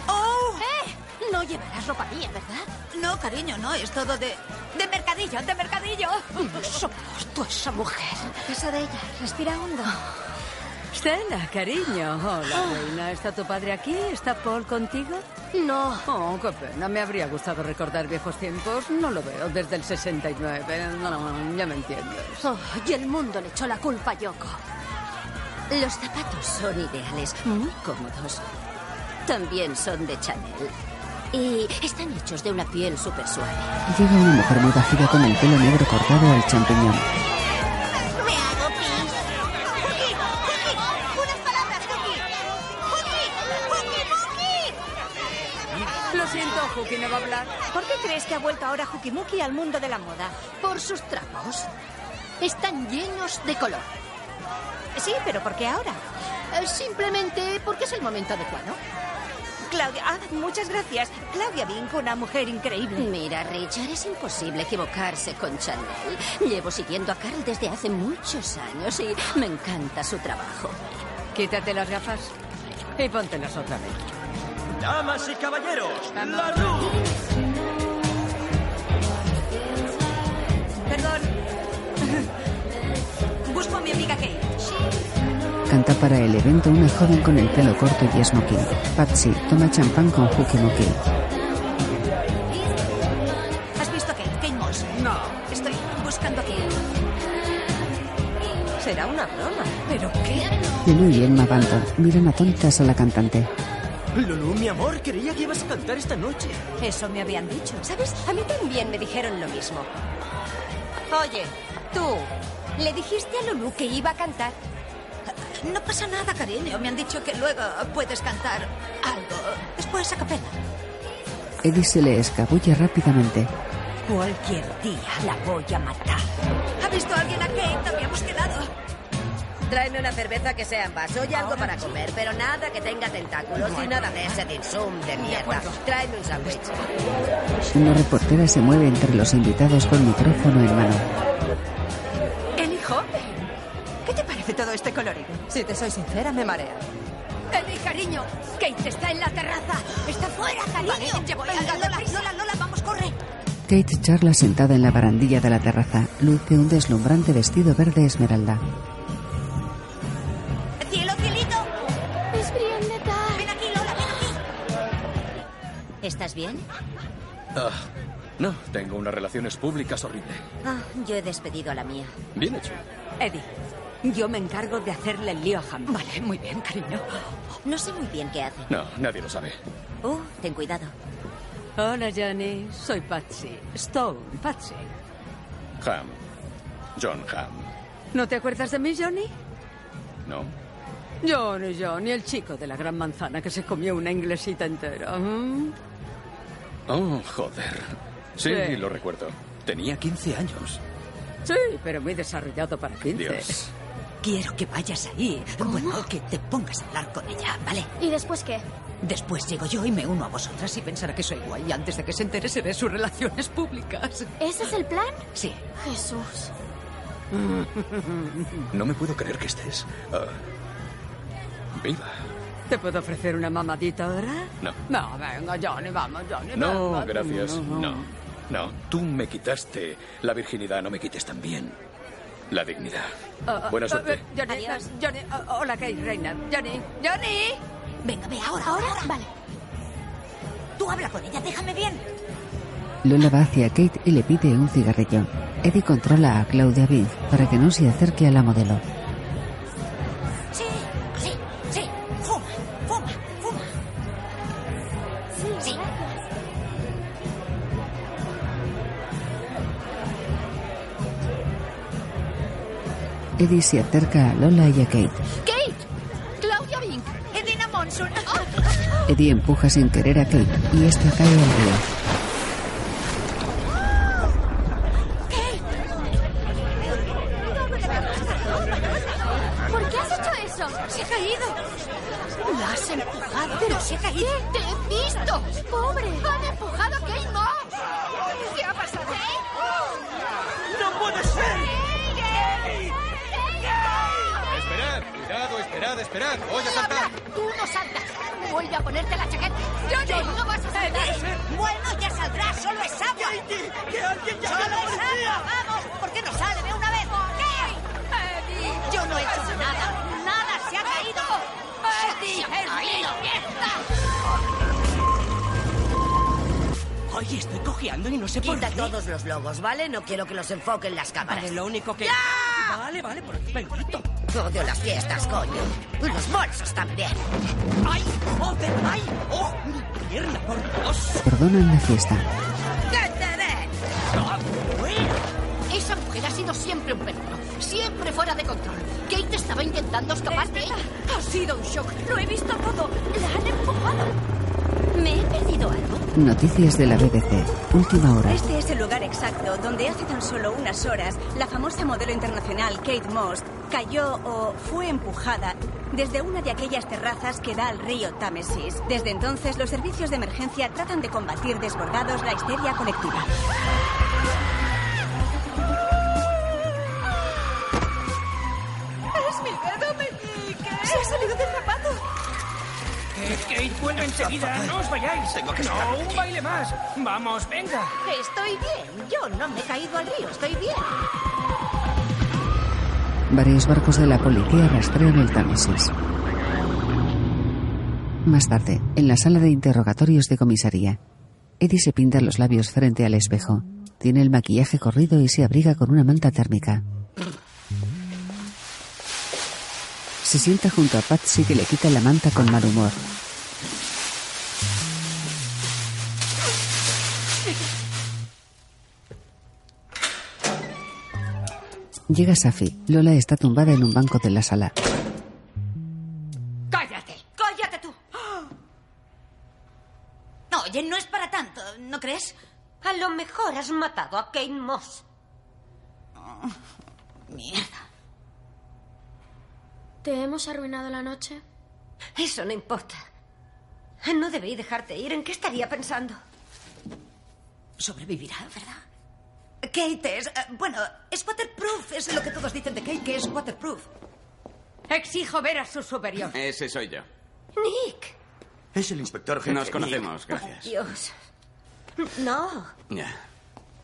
Speaker 32: ¡Oh! ¡Eh! No llevarás ropa mía, ¿verdad? No, cariño, no, es todo de. de mercadillo, de mercadillo. No soporto a esa mujer.
Speaker 25: Eso de ella. Respira hondo.
Speaker 3: Stella, cariño. Hola,
Speaker 9: Ah.
Speaker 3: reina. ¿Está tu padre aquí? ¿Está Paul contigo? No. Oh, qué pena. Me habría gustado recordar viejos tiempos. No lo veo desde el 69. No, ya me entiendes.
Speaker 9: Oh, y el mundo le echó la culpa a Yoko. Los zapatos son ideales, muy cómodos. También son de Chanel. Y están hechos de una piel súper suave.
Speaker 1: Llega una mujer muy bajita con el pelo negro cortado al champiñón.
Speaker 25: ¡Cookie! ¡Cookie! ¡Unas palabras, Cookie! ¡Cookie! ¡Cookie! ¡Cookie!
Speaker 3: Lo siento, Cookie no va a hablar.
Speaker 25: ¿Por qué crees que ha vuelto ahora Jukimuki al mundo de la moda? Por sus trapos. Están llenos de color. Sí, pero ¿por qué ahora? Eh,
Speaker 33: Simplemente porque es el momento adecuado.
Speaker 25: Claudia, ah, muchas gracias. Claudia Vinco, una mujer increíble.
Speaker 9: Mira, Richard, es imposible equivocarse con Chanel. Llevo siguiendo a Carl desde hace muchos años y me encanta su trabajo.
Speaker 3: Quítate las gafas y póntelas otra vez.
Speaker 34: Damas y caballeros, la luz.
Speaker 35: Perdón. Busco a mi amiga Kate.
Speaker 1: Canta para el evento una joven con el pelo corto y smoking. Patsy toma champán con Hooky Mookie.
Speaker 35: ¿Has visto a Kate? Kate Moss. No. Estoy buscando a Kate. Será una broma. ¿Pero qué?
Speaker 1: Lulu y Emma Banton miran atónitas a la cantante.
Speaker 34: Lulú, mi amor, creía que ibas a cantar esta noche.
Speaker 29: Eso me habían dicho. ¿Sabes? A mí también me dijeron lo mismo. Oye, tú, le dijiste a Lulu que iba a cantar.
Speaker 28: No pasa nada, cariño. Me han dicho que luego puedes cantar algo. Después a capela.
Speaker 1: Eddie se le escabulle rápidamente.
Speaker 28: Cualquier día la voy a matar. ¿Ha visto alguien a Kate? Habíamos quedado.
Speaker 29: Tráeme una cerveza que sea en vaso y algo para comer, pero nada que tenga tentáculos y nada de ese dinsum de mierda. Tráeme un sándwich.
Speaker 1: Una reportera se mueve entre los invitados con micrófono en mano.
Speaker 31: Eli joven. ¿Qué te parece todo este colorido? Si te soy sincera, me marea.
Speaker 25: Eli, cariño, Kate está en la terraza. Está fuera, cariño. Venga, Lola, Lola, Lola, vamos, corre.
Speaker 1: Kate charla sentada en la barandilla de la terraza. Luce un deslumbrante vestido verde esmeralda.
Speaker 25: Cielo, cielito. Es Brian de Ven aquí, Lola, ven aquí.
Speaker 36: ¿Estás bien?
Speaker 10: Ah, no, tengo unas relaciones públicas horrible.
Speaker 36: Ah, yo he despedido a la mía.
Speaker 10: Bien hecho.
Speaker 36: Eddie, yo me encargo de hacerle el lío a Ham. Vale, muy bien, cariño. No sé muy bien qué hace.
Speaker 10: No, nadie lo sabe.
Speaker 36: Oh, ten cuidado.
Speaker 3: Hola, Johnny. Soy Patsy. Stone, Patsy.
Speaker 10: Ham. John Ham.
Speaker 3: ¿No te acuerdas de mí, Johnny?
Speaker 10: No.
Speaker 3: Johnny, Johnny, el chico de la gran manzana que se comió una inglesita entera. ¿Mm?
Speaker 10: Oh, joder. Sí,
Speaker 3: Sí.
Speaker 10: lo recuerdo. Tenía 15 años.
Speaker 3: Sí, pero muy desarrollado para 15.
Speaker 10: Dios.
Speaker 37: Quiero que vayas ahí. Bueno, que te pongas a hablar con ella, ¿vale?
Speaker 38: ¿Y después qué?
Speaker 37: Después llego yo y me uno a vosotras y pensará que soy guay antes de que se entere de sus relaciones públicas.
Speaker 38: ¿Ese es el plan?
Speaker 37: Sí.
Speaker 38: Jesús.
Speaker 10: No me puedo creer que estés. ah, viva.
Speaker 3: ¿Te puedo ofrecer una mamadita ahora?
Speaker 10: No.
Speaker 3: No, venga, Johnny, vamos, Johnny.
Speaker 10: No,
Speaker 3: vamos.
Speaker 10: gracias.
Speaker 3: No, no.
Speaker 10: No. No, tú me quitaste la virginidad, no me quites también la dignidad.
Speaker 3: Ah, ah,
Speaker 10: Buena
Speaker 3: ah,
Speaker 10: suerte.
Speaker 3: eh, Johnny, ah, Johnny, ah, hola, Kate Reina. Johnny, Johnny.
Speaker 37: Venga, ve ahora, ahora, Vale. Tú habla con ella, déjame bien.
Speaker 1: Lola va hacia Kate y le pide un cigarrillo. Eddie controla a Claudia Bing para que no se acerque a la modelo.
Speaker 39: Sí, sí, sí. Fuma, fuma, fuma. Sí, sí.
Speaker 1: Eddie se acerca a Lola y a Kate.
Speaker 16: ¡Kate! ¡Claudia Ah. Bink! ¡Edina Monson!
Speaker 1: Eddie empuja sin querer a Kate y esta cae al río.
Speaker 38: ¿Por qué has hecho eso?
Speaker 16: ¡Se ha caído! ¡La has empujado! ¡Pero se ha caído! ¡Te he visto! ¡Pobre! ¡Han empujado a Kate Moss! ¿Qué ha pasado?
Speaker 40: ¡No puede ser!
Speaker 21: Esperad, cuidado, esperad, esperad. Voy a saltar.
Speaker 16: ¡Habla! ¡Tú no saltas! ¡Vuelve a ponerte la chaqueta! ¡Yo no
Speaker 40: Eh,
Speaker 16: vas a saltar!
Speaker 39: Bueno, ya saldrá, solo es agua.
Speaker 16: ¡Que alguien llame a
Speaker 39: ¡Solo
Speaker 16: la
Speaker 39: es agua, vamos! ¿Por qué no sale de una vez? ¿Qué? Yo no he hecho nada, nada, se ha caído. ¡Se ha caído!
Speaker 40: Oye, estoy cojeando y no sé por
Speaker 41: Quita
Speaker 40: qué.
Speaker 41: todos los logos, ¿vale? No quiero que los enfoquen las cámaras.
Speaker 40: Vale, lo único que... Vale, vale, por aquí, bendito.
Speaker 41: Odio las fiestas, coño. Y los bolsos también.
Speaker 40: ¡Ay! ¡Joder! ¡Ay! ¡Oh! ¡Mi pierna, por Dios!
Speaker 1: Perdonan la fiesta.
Speaker 16: ¡Que te Esa mujer ha sido siempre un peligro, siempre fuera de control. Kate estaba intentando escapar de ella. Ha sido un shock, lo he visto todo. La han empujado.
Speaker 9: ¿Me he perdido algo?
Speaker 1: Noticias de la BBC. Última hora.
Speaker 25: Este es el lugar exacto donde hace tan solo unas horas la famosa modelo internacional Kate Moss cayó o fue empujada desde una de aquellas terrazas que da al río Támesis. Desde entonces, los servicios de emergencia tratan de combatir desbordados la histeria colectiva.
Speaker 16: ¡Es mi dedo meñique! ¡Se ha salido del zapato!
Speaker 40: Eh, Kate, vuelve enseguida. No os vayáis. Tengo que No, un baile más. Vamos, venga.
Speaker 16: Estoy bien, yo no me he caído al río, estoy bien.
Speaker 1: Varios barcos de la policía rastrean el Támesis. Más tarde, en la sala de interrogatorios de comisaría, Eddie se pinta los labios frente al espejo. Tiene el maquillaje corrido y se abriga con una manta térmica. Se sienta junto a Patsy que le quita la manta con mal humor. Llega Safi. Lola está tumbada en un banco de la sala.
Speaker 39: ¡Cállate! ¡Cállate tú! Oye, no es para tanto, ¿no crees?
Speaker 9: A lo mejor has matado a Kate Moss.
Speaker 39: Mierda.
Speaker 9: ¿Te hemos arruinado la noche? Eso no importa. No debí dejarte ir. ¿En qué estaría pensando?
Speaker 39: Sobrevivirá, ¿verdad? Kate es. eh, bueno, es waterproof, es lo que todos dicen de Kate, que es waterproof.
Speaker 3: Exijo ver a su superior.
Speaker 13: Ese soy yo.
Speaker 9: Nick.
Speaker 13: Es el inspector
Speaker 21: jefe,
Speaker 13: Nos
Speaker 21: Nick.
Speaker 13: conocemos, gracias.
Speaker 9: Dios. No.
Speaker 13: Ya.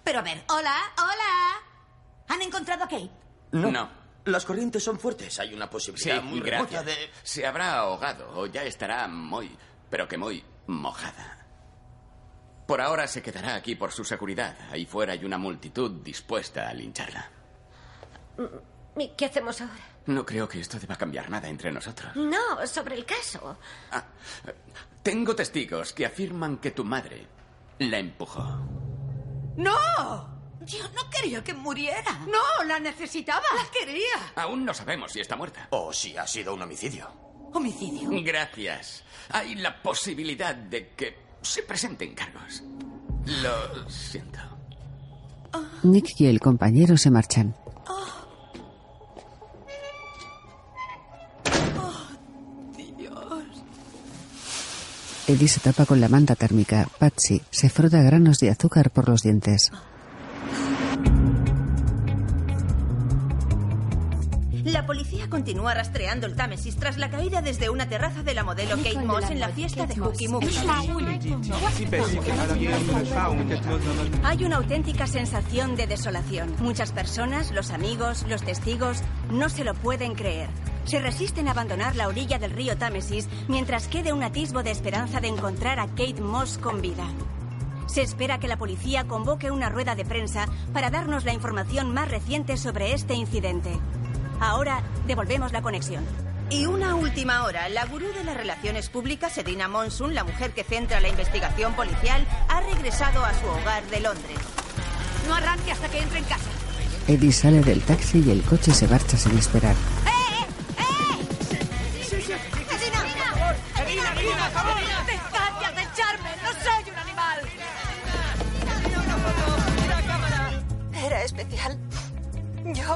Speaker 39: Pero a ver, hola, hola. ¿Han encontrado a Kate?
Speaker 13: No.
Speaker 21: Las corrientes son fuertes. Hay una posibilidad muy remota
Speaker 13: gracias.
Speaker 21: de.
Speaker 13: Se habrá ahogado o ya estará muy, pero que muy mojada.
Speaker 10: Por ahora se quedará aquí por su seguridad. Ahí fuera hay una multitud dispuesta a lincharla.
Speaker 9: ¿Y mm, qué hacemos ahora?
Speaker 10: No creo que esto deba cambiar nada entre nosotros.
Speaker 9: No, sobre el caso.
Speaker 10: Tengo testigos que afirman que tu madre la empujó.
Speaker 42: ¡No! Yo no quería que muriera. No, la necesitaba. La quería.
Speaker 10: Aún no sabemos si está muerta.
Speaker 3: O si ha sido un homicidio.
Speaker 10: ¿Homicidio? Gracias. Hay la posibilidad de que se presenten cargos. Lo siento.
Speaker 1: Nick y el compañero se marchan. Eddie se tapa con la manta térmica. Patsy se frota granos de azúcar por los dientes.
Speaker 25: La policía continúa rastreando el Támesis tras la caída desde una terraza de la modelo Kate Moss en la fiesta de Cookie Hay una auténtica sensación de desolación. Muchas personas, los amigos, los testigos, no se lo pueden creer. Se resisten a abandonar la orilla del río Támesis mientras quede un atisbo de esperanza de encontrar a Kate Moss con vida. Se espera que la policía convoque una rueda de prensa para darnos la información más reciente sobre este incidente. Ahora devolvemos la conexión. Y una última hora, la gurú de las relaciones públicas, Edina Monsun, la mujer que centra la investigación policial, ha regresado a su hogar de Londres.
Speaker 4: No arranque hasta que entre en casa.
Speaker 1: Eddie sale del taxi y el coche se marcha sin esperar.
Speaker 42: ¡Eh!
Speaker 4: ¡Edina! ¡Edina, Edina, por favor! ¡Dejad de echarme! ¡No soy un animal!
Speaker 25: Era especial. Yo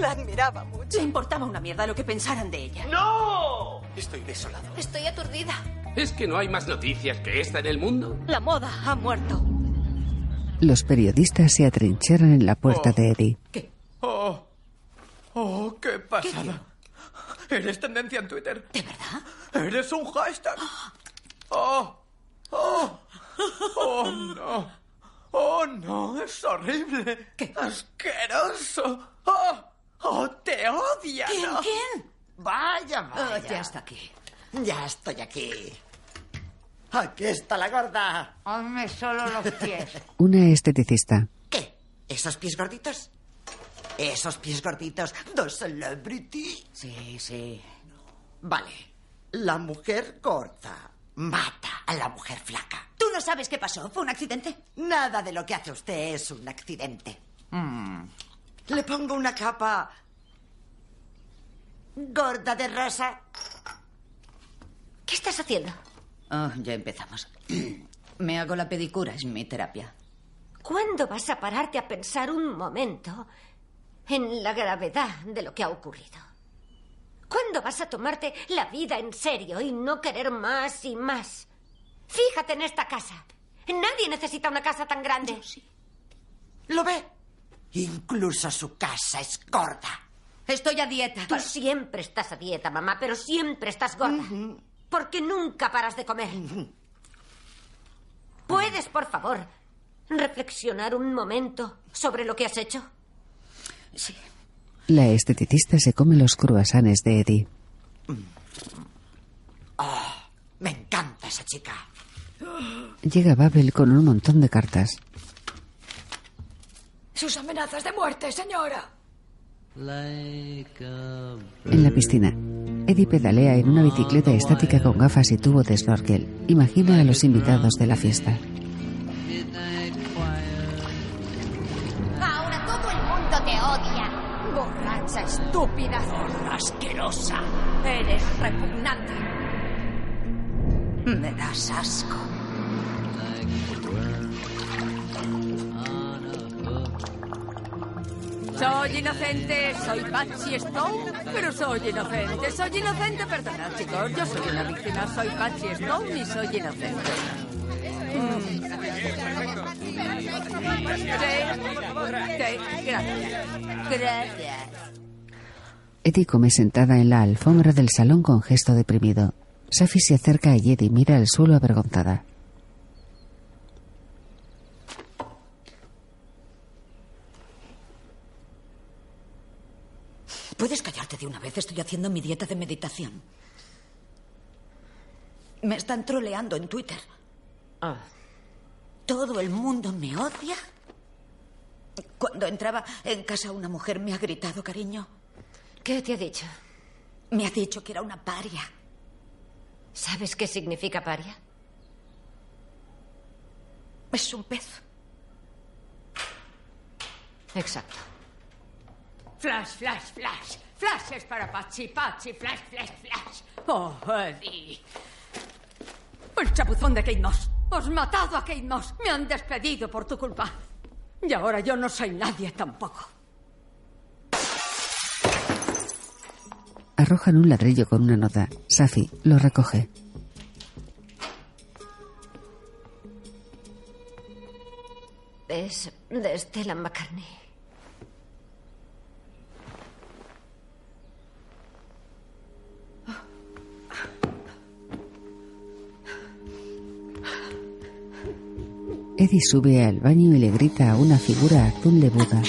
Speaker 25: la admiraba mucho. Le importaba una mierda lo que pensaran de ella.
Speaker 21: ¡No! Estoy desolado.
Speaker 43: Estoy aturdida.
Speaker 21: ¿Es que no hay más noticias que esta en el mundo?
Speaker 25: La moda ha muerto.
Speaker 1: Los periodistas se atrincheran en la puerta de Eddie.
Speaker 21: ¡Oh! ¡Oh, qué pasada! Eres tendencia en Twitter. ¿De verdad? Eres un hashtag. ¡Oh! ¡Oh! ¡Oh, no! ¡Oh, no! ¡Es horrible! ¡Qué asqueroso! ¡Oh! ¡Oh, te odia!
Speaker 42: ¿Quién,
Speaker 21: ¿no?
Speaker 42: quién? Oh,
Speaker 3: Vaya, vaya.
Speaker 42: ya está aquí.
Speaker 3: Ya estoy aquí. Aquí está la gorda.
Speaker 44: Hazme solo los pies.
Speaker 1: Una esteticista.
Speaker 3: ¿Esos pies gorditos? Esos pies gorditos. Dos celebrity. Sí, sí. Vale. La mujer gorda mata a la mujer flaca.
Speaker 45: Tú no sabes qué pasó. ¿Fue un accidente?
Speaker 3: Nada de lo que hace usted es un accidente.
Speaker 40: Mm.
Speaker 3: Le pongo una capa gorda de rosa.
Speaker 9: ¿Qué estás haciendo?
Speaker 45: Oh, ya empezamos. Me hago la pedicura, es mi terapia.
Speaker 9: ¿Cuándo vas a pararte a pensar un momento en la gravedad de lo que ha ocurrido? ¿Cuándo vas a tomarte la vida en serio y no querer más y más? Fíjate en esta casa. Nadie necesita una casa tan grande.
Speaker 3: ¿Lo ve? Incluso su casa es gorda.
Speaker 9: Estoy a dieta. Tú siempre estás a dieta, mamá, pero siempre estás gorda. Porque nunca paras de comer. ¿Puedes, por favor, reflexionar un momento sobre lo que has hecho? Sí.
Speaker 1: La esteticista se come los cruasanes de Eddie.
Speaker 3: Me encanta esa chica.
Speaker 1: Llega Babel con un montón de cartas.
Speaker 46: Sus amenazas de muerte, señora.
Speaker 1: En la piscina, Eddie pedalea en una bicicleta estática con gafas y tubo de snorkel. Imagina a los invitados de la fiesta.
Speaker 4: Ahora todo el mundo te odia. Borracha, estúpida. asquerosa. Eres repugnante.
Speaker 3: Me das asco.
Speaker 16: Soy inocente, soy Patsy Stone, pero soy inocente, soy inocente, perdonad chicos, yo soy una víctima, soy Patsy Stone y soy inocente. Sí, gracias. Gracias.
Speaker 1: Eddie come sentada en la alfombra del salón con gesto deprimido. Safi se acerca a Eddie y mira al suelo avergonzada.
Speaker 45: ¿Puedes callarte de una vez? Estoy haciendo mi dieta de meditación.
Speaker 2: Ah.
Speaker 45: Me están troleando en Twitter.
Speaker 3: todo el mundo me odia? Cuando entraba en casa una mujer me ha gritado, cariño.
Speaker 4: ¿Qué te ha dicho?
Speaker 3: Me ha dicho que era una paria.
Speaker 4: ¿Sabes qué significa paria?
Speaker 3: Es un pez.
Speaker 4: Exacto.
Speaker 2: Flash, flash, flash. Flashes para Pachi, Pachi, flash, flash, flash. Oh, Eddie.
Speaker 6: eh. El chapuzón de Kate Moss. Os matado a Kate Moss. Me han despedido por tu culpa. Y ahora yo no soy nadie tampoco.
Speaker 1: Arrojan un ladrillo con una nota. Safi lo recoge.
Speaker 4: Es de Stella McCartney.
Speaker 1: Eddie sube al baño y le grita a una figura azul de Buda.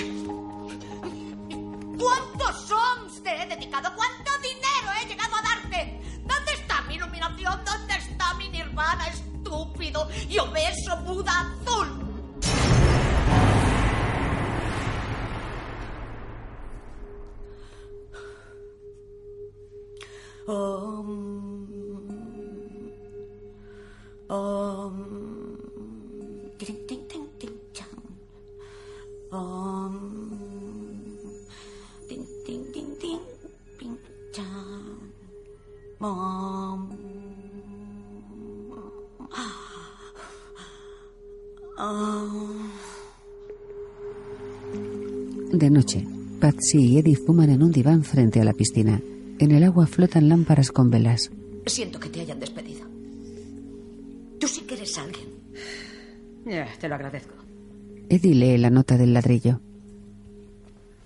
Speaker 47: ¿Cuántos soms te he dedicado? ¿Cuánto dinero he llegado a darte? ¿Dónde está mi iluminación? ¿Dónde está mi nirvana estúpido y obeso Buda azul?
Speaker 16: Ah.
Speaker 1: De noche, Patsy y Eddie fuman en un diván frente a la piscina. En el agua flotan lámparas con velas.
Speaker 3: Siento que te hayan despedido. Tú sí que eres alguien.
Speaker 48: Ya, te lo agradezco.
Speaker 1: Eddie lee la nota del ladrillo.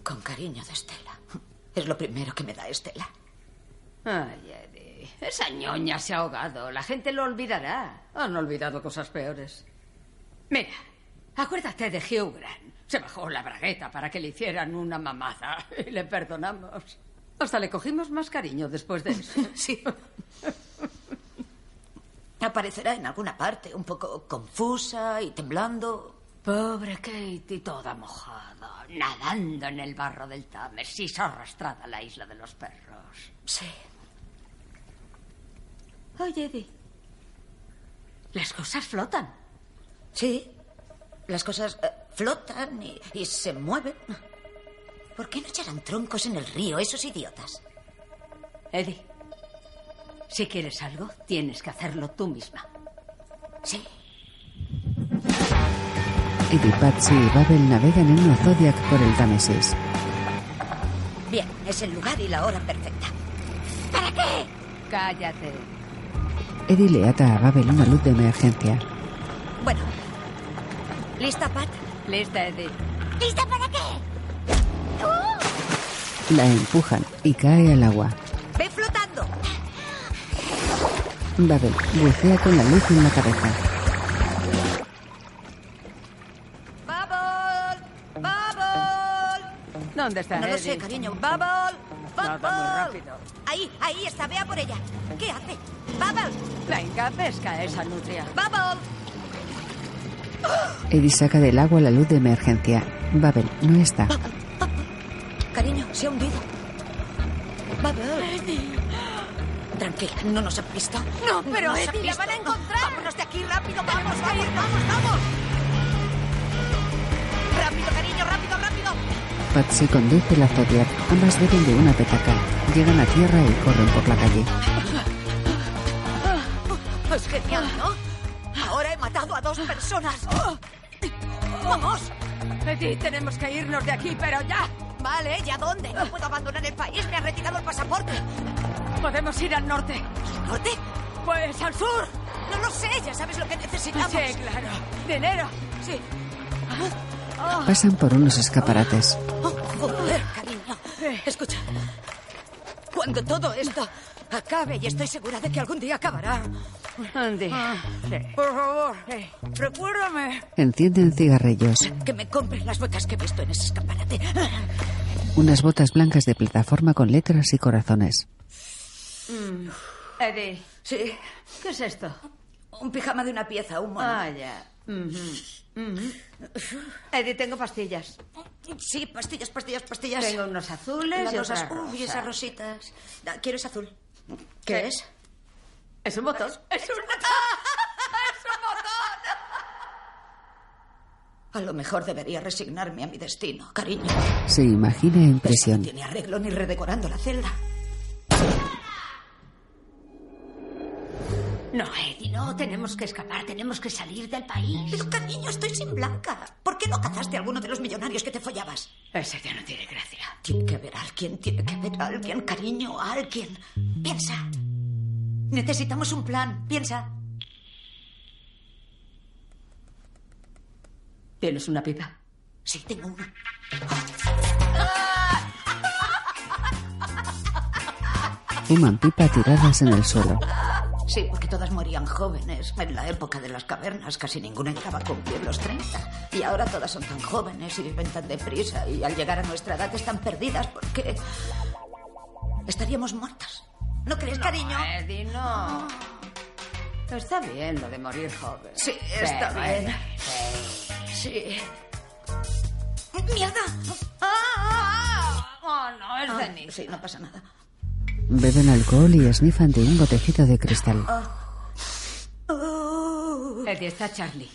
Speaker 3: Con cariño de Estela. Es lo primero que me da Estela.
Speaker 48: Ay, Eddie. Esa ñoña se ha ahogado. La gente lo olvidará. Han olvidado cosas peores. Mira, acuérdate de Hugh Grant. Se bajó la bragueta para que le hicieran una mamada. Y le perdonamos. Hasta le cogimos más cariño después de eso.
Speaker 3: Sí. Aparecerá en alguna parte, un poco confusa y temblando.
Speaker 48: Pobre Katie, toda mojada, nadando en el barro del Támesis, arrastrada a la isla de los perros.
Speaker 3: Sí.
Speaker 48: Oye, Eddie. Las cosas flotan.
Speaker 3: Sí. Las cosas eh, flotan y, y se mueven. ¿Por qué no echarán troncos en el río esos idiotas?
Speaker 48: Eddie, si quieres algo, tienes que hacerlo tú misma.
Speaker 3: Sí.
Speaker 1: Eddie, Patsy y Babel navegan en una Zodiac por el Támesis.
Speaker 3: Bien, es el lugar y la hora perfecta.
Speaker 47: ¿Para qué?
Speaker 48: Cállate.
Speaker 1: Eddie le ata a Babel una luz de emergencia.
Speaker 3: Bueno. ¿Lista, Pat?
Speaker 48: Lista, Eddie.
Speaker 47: ¿Lista para qué?
Speaker 1: La empujan y cae al agua.
Speaker 3: ¡Ve flotando!
Speaker 1: Babel bucea con la luz en la cabeza.
Speaker 48: ¿Dónde está
Speaker 3: No lo
Speaker 48: Eddie?
Speaker 3: sé, cariño. ¡Bubble!
Speaker 48: Nada, muy
Speaker 3: ¡Bubble!
Speaker 48: rápido.
Speaker 3: Ahí, ahí está, vea por ella. ¿Qué hace? ¡Bubble!
Speaker 48: Venga, pesca esa nutria.
Speaker 3: ¡Bubble!
Speaker 1: Eddie saca del agua la luz de emergencia. Babel no está.
Speaker 3: Cariño, se ha hundido. ¡Bubble! Tranquila, no nos han visto.
Speaker 47: No, pero
Speaker 3: nos
Speaker 47: Eddie,
Speaker 3: han
Speaker 47: la
Speaker 3: visto.
Speaker 47: van a encontrar.
Speaker 3: Vámonos de aquí rápido, vamos,
Speaker 47: Tenemos que
Speaker 3: vamos,
Speaker 47: ir.
Speaker 3: vamos, vamos. Rápido, cariño, rápido, rápido.
Speaker 1: Patsy conduce la Zodiac. Ambas beben de una petaca. Llegan a tierra y corren por la calle.
Speaker 48: Ah,
Speaker 3: Es genial, ¿no? Ahora he matado a dos personas. ¡Vamos!
Speaker 48: Eddie, tenemos que irnos de aquí, pero ya.
Speaker 3: Vale, ¿y a dónde? No puedo abandonar el país, me ha retirado el pasaporte.
Speaker 48: Podemos ir al norte.
Speaker 3: ¿Al norte?
Speaker 48: Pues al sur.
Speaker 3: No lo sé, ya sabes lo que necesitamos.
Speaker 48: Sí, claro. Dinero.
Speaker 3: Sí.
Speaker 1: Pasan por unos escaparates.
Speaker 3: Oh, joder, cariño. Escucha. Cuando todo esto acabe, y estoy segura de que algún día acabará. Ah,
Speaker 48: Andy.
Speaker 3: Por favor, recuérdame
Speaker 1: Encienden cigarrillos.
Speaker 3: que me compres las becas que he visto en ese escaparate.
Speaker 1: Unas botas blancas de plataforma con letras y corazones.
Speaker 48: Mm. Eddie,
Speaker 3: Sí,
Speaker 48: ¿qué es esto?
Speaker 3: un pijama de una pieza, un mono.
Speaker 48: Ah, ya.
Speaker 47: Eddie, tengo pastillas.
Speaker 3: Sí, pastillas, pastillas, pastillas.
Speaker 47: Tengo unos azules
Speaker 3: Las
Speaker 47: y
Speaker 3: dos
Speaker 47: otra
Speaker 3: az- Uy,
Speaker 47: rosa.
Speaker 3: esas rositas. Da- Quiero ese azul.
Speaker 47: ¿Qué
Speaker 3: es?
Speaker 47: Es un botón.
Speaker 3: ¡Es un botón! ¡Es un botón! A lo mejor debería resignarme a mi destino, cariño.
Speaker 1: Se imagina en prisión.
Speaker 3: Tiene arreglo ni redecorando la celda.
Speaker 4: No, Eddie, no. Tenemos que escapar. Tenemos que salir del país.
Speaker 3: Pero, cariño, estoy sin blanca. ¿Por qué no cazaste a alguno de los millonarios que te follabas?
Speaker 4: Ese ya no tiene gracia.
Speaker 3: Tiene que haber alguien, tiene que haber alguien, cariño, alguien. Piensa. Necesitamos un plan, piensa.
Speaker 4: ¿Tienes una pipa?
Speaker 3: Sí, tengo una.
Speaker 1: Fuman pipa tiradas en el suelo.
Speaker 3: Sí, porque todas morían jóvenes. En la época de las cavernas casi ninguna entraba con pueblos 30. Y ahora todas son tan jóvenes y viven tan deprisa. Y al llegar a nuestra edad están perdidas porque estaríamos muertas. ¿No crees, cariño?
Speaker 48: Eddie, no. Está bien lo de morir joven.
Speaker 3: Sí, está
Speaker 48: Pero,
Speaker 3: bien.
Speaker 48: Eddie,
Speaker 3: Sí. ¡Mierda! ¡Ah! Oh, no, es de Sí, no pasa nada.
Speaker 1: Beben alcohol y esnifan de un botecito de cristal.
Speaker 3: Ah.
Speaker 48: Eddie, está Charlie.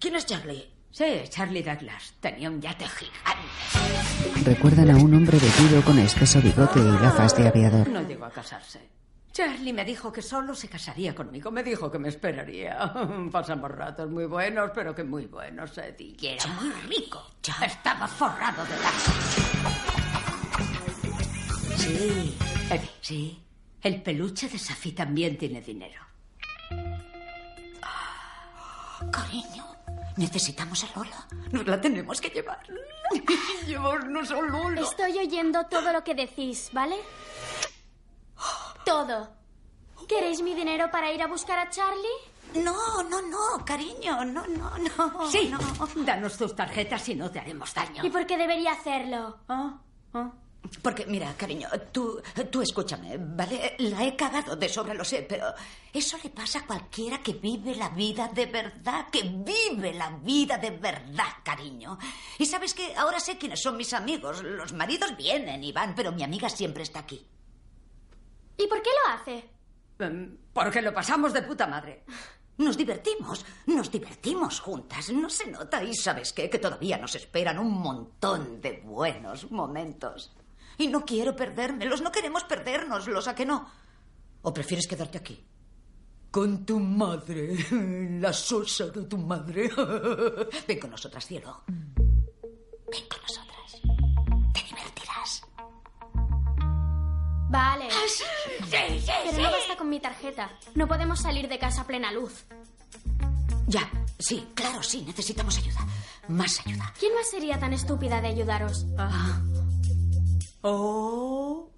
Speaker 3: ¿Quién es Charlie?
Speaker 48: Sí, Charlie Douglas. Tenía un yate gigante.
Speaker 1: Recuerdan a un hombre vestido con espeso bigote y gafas de aviador.
Speaker 48: No llegó a casarse. Charlie me dijo que solo se casaría conmigo. Me dijo que me esperaría. Pasamos ratos muy buenos, pero que muy buenos, Eddie. Y era muy rico. Estaba forrado de grasa. Sí, Eddie. Sí. El peluche de Safi también tiene dinero.
Speaker 3: Cariño, necesitamos a Lola. Nos la tenemos que llevar. Llevarnos a Lola.
Speaker 49: Estoy oyendo todo lo que decís, ¿vale? Todo. ¿Queréis mi dinero para ir a buscar a Charlie?
Speaker 3: No, no, no, cariño, no, no, no.
Speaker 48: Sí, danos tus tarjetas y no te haremos daño.
Speaker 49: ¿Y por qué debería hacerlo?
Speaker 3: Ah. Porque, mira, cariño, tú, tú escúchame, ¿vale? La he cagado de sobra, lo sé, pero eso le pasa a cualquiera que vive la vida de verdad, que vive la vida de verdad, cariño. Y sabes que ahora sé quiénes son mis amigos. Los maridos vienen y van, pero mi amiga siempre está aquí.
Speaker 49: ¿Y por qué lo hace?
Speaker 48: Em, Porque lo pasamos de puta madre.
Speaker 3: Nos divertimos, nos divertimos juntas, no se nota. Y sabes qué, que todavía nos esperan un montón de buenos momentos. Y no quiero perdérmelos, no queremos perdérnoslos, ¿a que no? ¿O prefieres quedarte aquí? Con tu madre, la sosa de tu madre. Ven con nosotras, cielo. Ven con nosotras. Te divertirás.
Speaker 49: Vale.
Speaker 3: Ah,
Speaker 49: sí, sí, Pero no sí. basta con mi tarjeta. No podemos salir de casa a plena luz.
Speaker 3: Ya, sí, claro, sí, necesitamos ayuda. Más ayuda. Ah.
Speaker 49: ¿Quién más sería tan estúpida de ayudaros?
Speaker 3: Oh.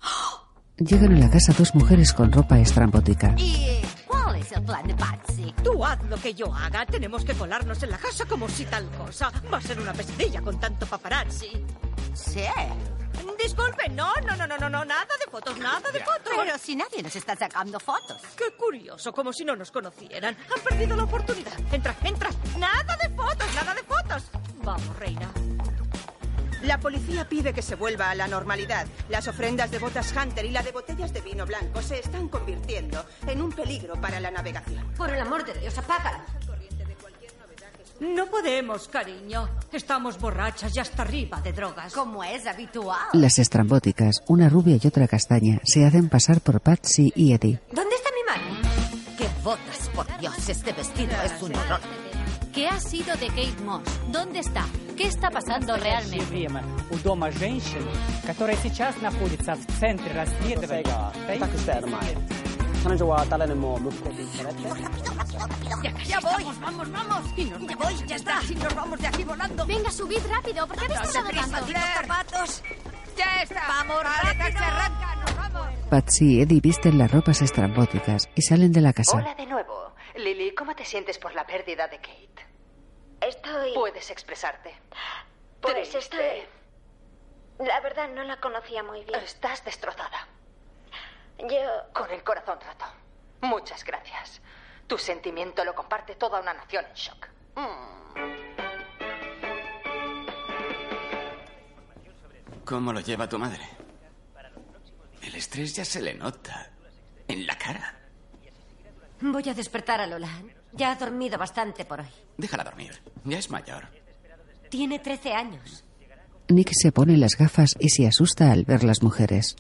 Speaker 1: Llegan a la casa dos mujeres con ropa estrambótica.
Speaker 50: ¿Y cuál es el plan de Patsy?
Speaker 13: Tú haz lo que yo haga. Tenemos que colarnos en la casa como si tal cosa. Va a ser una pesadilla con tanto paparazzi.
Speaker 50: Sí.
Speaker 13: Disculpe, no, no, no, no, no, no, nada de fotos, nada de fotos.
Speaker 50: Pero si nadie nos está sacando fotos.
Speaker 13: Qué curioso, como si no nos conocieran. Han perdido la oportunidad. Entra, entra. Nada de fotos, nada de fotos. Vamos, reina. La policía pide que se vuelva a la normalidad. Las ofrendas de botas Hunter y la de botellas de vino blanco se están convirtiendo en un peligro para la navegación.
Speaker 9: Por el amor de Dios, apágalo.
Speaker 51: No podemos, cariño. Estamos borrachas y hasta arriba de drogas. Como es habitual.
Speaker 1: Las estrambóticas, una rubia y otra castaña, se hacen pasar por Patsy y Eddie.
Speaker 50: ¿Dónde está mi mano? ¡Qué botas, por Dios! Este vestido es un horror.
Speaker 52: ¿Qué ha sido de Kate Moss? ¿Dónde está? ¿Qué está pasando
Speaker 53: настоящее
Speaker 52: realmente?
Speaker 53: время у дома женщины, которая сейчас находится в центре расследования,
Speaker 9: Ya voy. Vamos, vamos, vamos. ya voy, ya está. Y nos vamos de aquí volando.
Speaker 49: Venga, subid rápido. ¿Por qué habéis
Speaker 9: Date
Speaker 49: tardado
Speaker 9: prisa,
Speaker 49: tanto?
Speaker 9: Claire.
Speaker 49: zapatos!
Speaker 9: Ya está. Vamos, rápido.
Speaker 1: Patsy y Eddie visten las ropas estrambóticas y salen de la casa.
Speaker 54: Hola de nuevo. Lily, ¿cómo te sientes por la pérdida de Kate?
Speaker 49: Estoy...
Speaker 54: Puedes expresarte.
Speaker 49: Pues estoy... La verdad no la conocía muy bien. Estás destrozada. Yo...
Speaker 54: Con el corazón roto. Muchas gracias. Tu sentimiento lo comparte toda una nación en shock.
Speaker 10: ¿Cómo lo lleva tu madre? El estrés ya se le nota. En la cara.
Speaker 9: Voy a despertar a Lola. Ya ha dormido bastante por hoy.
Speaker 10: Déjala dormir. Ya es mayor.
Speaker 9: Tiene 13 años.
Speaker 1: Nick se pone las gafas y se asusta al ver las mujeres.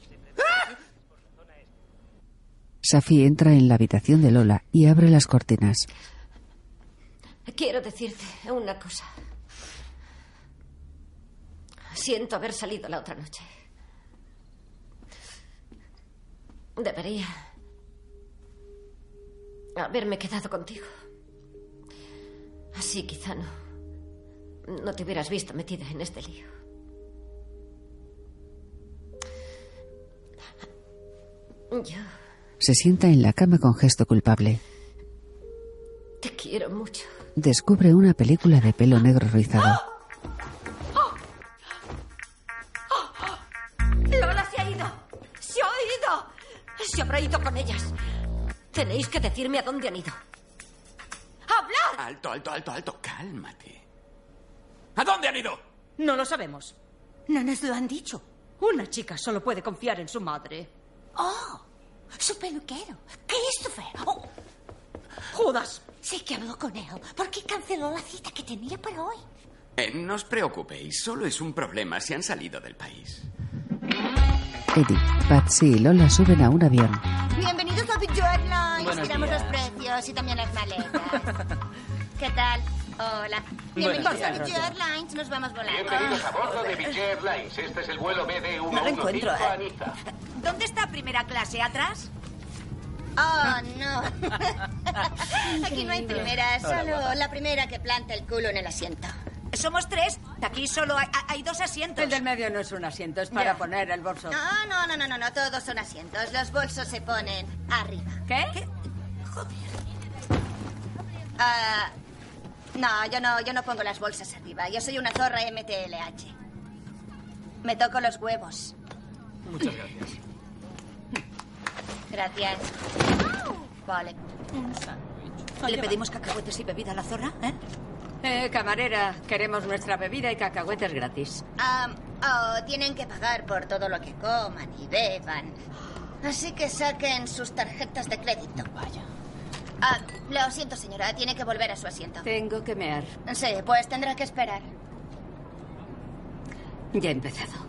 Speaker 1: Safi entra en la habitación de Lola y abre las cortinas.
Speaker 9: Quiero decirte una cosa. Siento haber salido la otra noche. Debería haberme quedado contigo. Así quizá no. No te hubieras visto metida en este lío. Yo
Speaker 1: Se sienta en la cama con gesto culpable.
Speaker 9: te quiero mucho.
Speaker 1: Descubre una película de pelo negro rizado.
Speaker 9: Lola se ha ido. Se ha ido. Se habrá ido con ellas. Tenéis que decirme a dónde han ido. ¡Hablar!
Speaker 10: Alto, alto, alto, alto. Cálmate. ¿A dónde han ido?
Speaker 16: No lo sabemos. No nos lo han dicho. Una chica solo puede confiar en su madre. ¡Oh! Su peluquero.
Speaker 3: Christopher. Oh.
Speaker 16: Judas.
Speaker 3: Sé que habló con él porque canceló la cita que tenía para hoy.
Speaker 10: Eh, no os preocupéis. Solo es un problema si han salido del país.
Speaker 1: Edith, Patsy y Lola suben a un avión.
Speaker 4: Bienvenidos a Picture Airlines.
Speaker 10: Buenos
Speaker 4: Miramos
Speaker 10: días.
Speaker 4: los precios y también las maletas. ¿Qué tal? Hola. Bienvenidos
Speaker 36: días,
Speaker 4: a Picture
Speaker 36: Rosa.
Speaker 4: Airlines. Nos vamos volando.
Speaker 36: Bienvenidos a bordo de Vigier Airlines. Este es el vuelo BD115
Speaker 4: No lo encuentro, ¿eh?
Speaker 36: a Niza.
Speaker 55: ¿Dónde está primera clase? ¿Atrás?
Speaker 4: Oh, no. Aquí no hay primera,
Speaker 55: Hola,
Speaker 4: solo
Speaker 55: guapa.
Speaker 4: la primera que planta el culo en el asiento.
Speaker 55: Somos tres. Aquí solo hay, hay- hay dos asientos. El del
Speaker 9: medio no es un asiento, es
Speaker 4: para
Speaker 9: poner el bolso.
Speaker 4: No, no, no, no, no, no, todos son asientos. Los bolsos se ponen arriba.
Speaker 9: ¿Qué?
Speaker 4: Ah, no, yo no, yo no pongo las bolsas arriba. Yo soy una zorra MTLH. Me toco los huevos.
Speaker 36: Muchas gracias.
Speaker 4: Gracias. Vale.
Speaker 16: ¿Le pedimos cacahuetes y bebida a la zorra? ¿eh?
Speaker 9: Eh, camarera, queremos nuestra bebida y cacahuetes gratis.
Speaker 4: Ah, oh, tienen que pagar por todo lo que coman y beban. Así que saquen sus tarjetas de crédito. Vaya. Ah, lo siento, señora. Tiene que volver a su asiento.
Speaker 9: Tengo que mear.
Speaker 4: Sí, pues tendrá que esperar.
Speaker 9: Ya he empezado.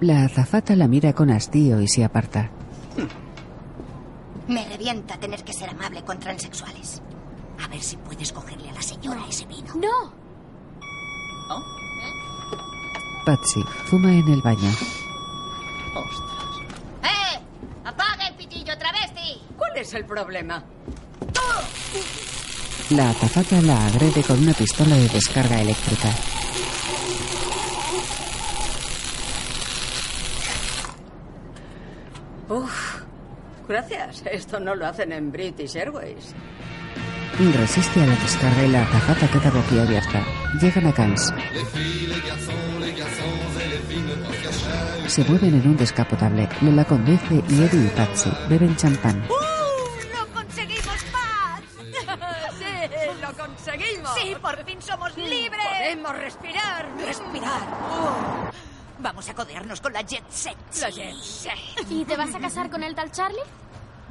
Speaker 1: La azafata la mira con hastío y se aparta.
Speaker 4: Me revienta tener que ser amable con transexuales. A ver si puedes cogerle a la señora ese vino.
Speaker 9: ¡No!
Speaker 1: Patsy fuma en el baño.
Speaker 4: ¡Eh! ¡Apaga el pitillo, travesti!
Speaker 9: ¿Cuál es el problema?
Speaker 1: La azafata la agrede con una pistola de descarga eléctrica.
Speaker 56: Uf, gracias. Esto no lo hacen en British Airways.
Speaker 1: Resiste a la descarga y la azafata queda boquiabierta. Llegan a Cannes. Se mueven en un descapotable. Lola conduce y Eddie y Patsy beben champán.
Speaker 3: ¡Lo conseguimos, Paz! ¡Sí, lo conseguimos! ¡Sí, por fin somos libres!
Speaker 16: Podemos respirar.
Speaker 3: ¡Respirar! Oh. Vamos a codearnos con la jet set. La jet set.
Speaker 16: ¿Y te vas a casar
Speaker 3: con el tal Charlie?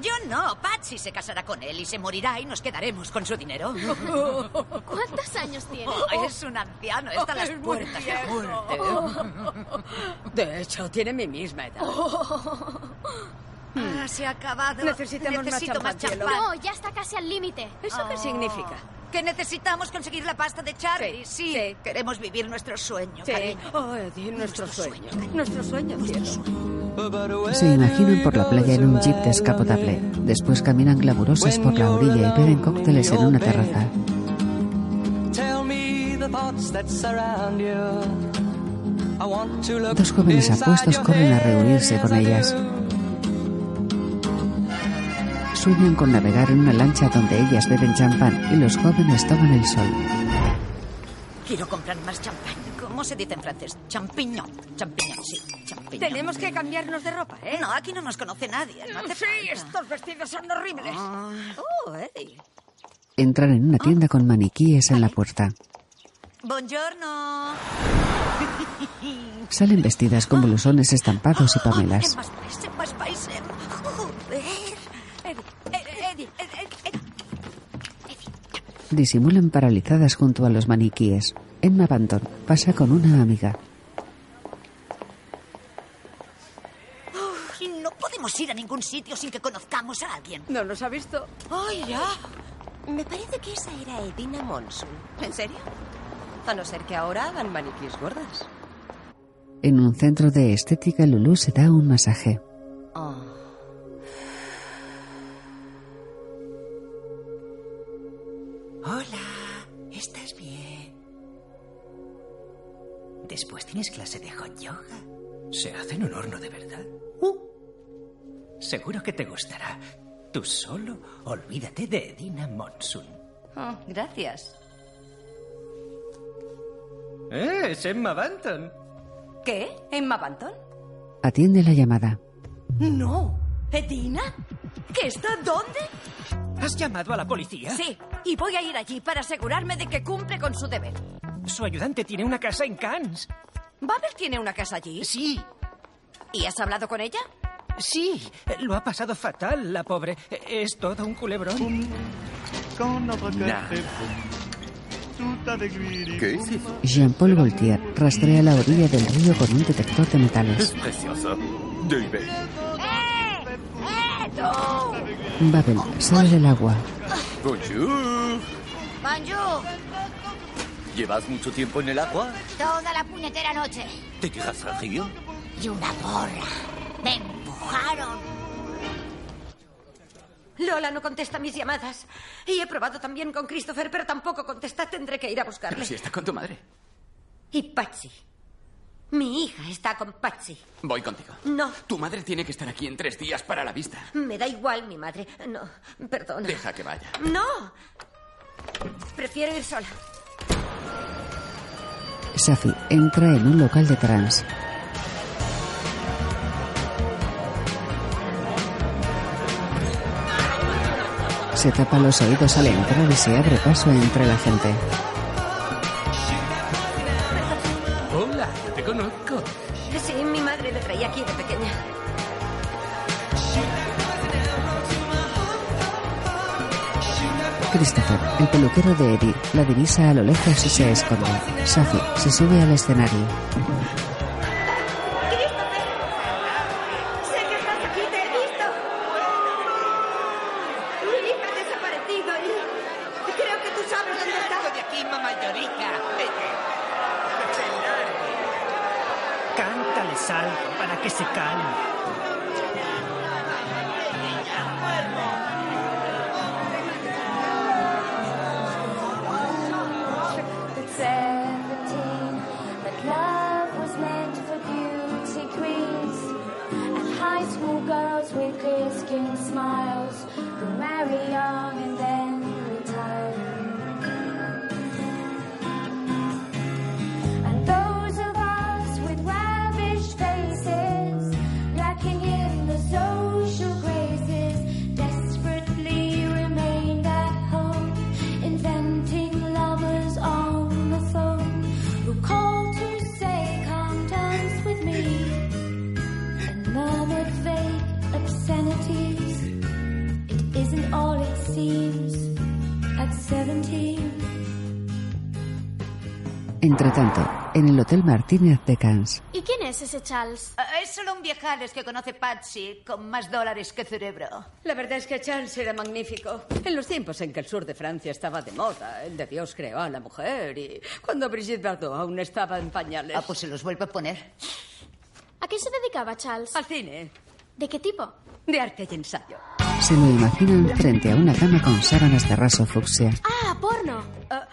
Speaker 3: Yo no, Patsy se casará con él y se morirá y nos quedaremos con su dinero.
Speaker 16: ¿Cuántos años tiene?
Speaker 3: Oh, es un anciano, está ¿eh? a las
Speaker 56: Es muy
Speaker 3: puertas de la
Speaker 56: viejo.
Speaker 3: muerte. Oh.
Speaker 56: De hecho, tiene mi misma edad.
Speaker 49: Oh.
Speaker 56: Hmm.
Speaker 3: Ah, se ha acabado.
Speaker 16: Necesitamos más
Speaker 3: Necesito más
Speaker 16: champán,
Speaker 3: champán.
Speaker 16: cielo. Oh, No,
Speaker 3: ya está casi al límite.
Speaker 16: ¿Eso qué significa?
Speaker 3: Que necesitamos conseguir la pasta de Charlie. Sí. Queremos vivir nuestro sueño, cariño.
Speaker 56: Oh, Eddie, nuestro, sueño. Nuestro sueño, cielo.
Speaker 1: Se imaginan por la playa en un jeep descapotable. Después caminan glamurosas por la orilla y beben cócteles en una terraza.
Speaker 57: Tell me the thoughts that surround you. I want to look
Speaker 1: Dos jóvenes
Speaker 57: inside
Speaker 1: apuestos
Speaker 57: your
Speaker 1: corren a
Speaker 57: head
Speaker 1: reunirse
Speaker 57: as
Speaker 1: con
Speaker 57: I
Speaker 1: ellas.
Speaker 57: do.
Speaker 1: Sueñan con navegar en una lancha donde ellas beben champán y los jóvenes toman el sol.
Speaker 58: Quiero comprar más champán. ¿Cómo se dice en francés? Champiñón. Champiñón, sí. Champiñón.
Speaker 16: Tenemos que cambiarnos de ropa, ¿eh?
Speaker 58: No, aquí no nos conoce nadie. No hace
Speaker 3: Ah.
Speaker 16: sí, estos vestidos son horribles. Oh, Eddie.
Speaker 1: Entran en una tienda con maniquíes en la puerta.
Speaker 59: Buongiorno.
Speaker 1: Salen vestidas con blusones estampados y pamelas.
Speaker 59: Más paese, más paese. Joder. Eddie, eh, Eddie, eh, eh, eh.
Speaker 1: Disimulan paralizadas junto a los maniquíes. Emma Banton pasa con una amiga.
Speaker 59: Uf, No podemos ir a ningún sitio sin que conozcamos a alguien.
Speaker 3: No nos ha visto.
Speaker 59: ¡Ay, ya!
Speaker 60: Me parece que esa era Edina Monson. ¿En serio? A no ser que ahora hagan maniquís gordas.
Speaker 1: En un centro de estética, Lulu se da un masaje.
Speaker 3: Ah.
Speaker 13: Hola, ¿estás bien? Después tienes clase de hot yoga. Se hace en un horno de verdad. Seguro que te gustará. Tú solo olvídate de Edina Monsun.
Speaker 61: Oh, gracias.
Speaker 13: ¡Eh, es Emma Banton!
Speaker 61: ¿Qué? ¿Emma Banton?
Speaker 1: Atiende la llamada.
Speaker 61: No. ¿Edina? ¿Que está dónde?
Speaker 13: ¿Has llamado a la policía?
Speaker 61: Sí, y voy a ir allí para asegurarme de que cumple con su deber.
Speaker 13: Su ayudante tiene una casa en Cannes.
Speaker 61: ¿Babel tiene una casa allí?
Speaker 13: Sí.
Speaker 61: ¿Y has hablado con ella?
Speaker 13: Sí, lo ha pasado fatal, la pobre. Es todo un culebrón.
Speaker 62: Nah.
Speaker 36: ¿Qué es eso?
Speaker 1: Jean-Paul Voltier rastrea la orilla del río con un detector de
Speaker 36: Es
Speaker 1: metales.
Speaker 36: precioso. David.
Speaker 1: Babel sale del agua.
Speaker 36: Bonjour.
Speaker 4: Banjo,
Speaker 36: ¿Llevas mucho tiempo en el agua?
Speaker 4: toda la puñetera noche.
Speaker 36: ¿Te tiras al río?
Speaker 4: Y una porra.
Speaker 63: Me empujaron.
Speaker 9: Lola no contesta mis llamadas. Y he probado también con Christopher, pero tampoco contesta. Tendré que ir a
Speaker 10: Pero
Speaker 9: buscarle.
Speaker 10: si está con tu madre.
Speaker 9: Y Patsy. Mi hija está con Patsy.
Speaker 10: Voy contigo.
Speaker 9: No,
Speaker 10: Tu madre tiene que estar aquí en tres días para la vista.
Speaker 9: me da igual mi madre. No, perdona.
Speaker 10: Deja que vaya.
Speaker 9: No. Prefiero ir sola.
Speaker 1: Safi entra en un local de trans. Se tapa los oídos al entrar y se abre paso entre la gente.
Speaker 13: Hola, yo te conozco.
Speaker 9: Sí, mi madre me traía aquí de pequeña.
Speaker 1: Christopher, el peluquero de Eddie, la divisa a lo lejos y se esconde. Safi se sube al escenario.
Speaker 59: Sé que estás aquí, te he visto. Mi hija ha desaparecido y creo que tú sabes dónde está. de aquí, mamá llorica.
Speaker 62: Cántales algo para que se calme.
Speaker 16: Seventeen, but love was meant for beauty queens and high school girls with clear skin smiles who marry young and then retire. And those of us with ravished faces, lacking in the social graces, desperately remained at home, inventing lovers on the phone, who called to say, come dance with me, and murmured vague obscenities. It isn't all it seems at 17.
Speaker 1: Entre tanto, en el Hotel Martínez de Cannes,
Speaker 16: ¿Y quién es ese Charles?
Speaker 64: Eh, es solo un viejales que conoce Patsy con más dólares que cerebro.
Speaker 3: La verdad es que Charles era magnífico. En los tiempos en que el sur de Francia estaba de moda, el de Dios creó a la mujer y cuando Brigitte Bardot aún estaba en pañales. Ah, pues se los vuelve a poner.
Speaker 16: ¿A qué se dedicaba Charles? Al cine. ¿De qué tipo?
Speaker 3: De arte y ensayo.
Speaker 1: se lo imaginan frente a una cama con sábanas de raso fucsia.
Speaker 16: Ah, porno.
Speaker 3: Bu-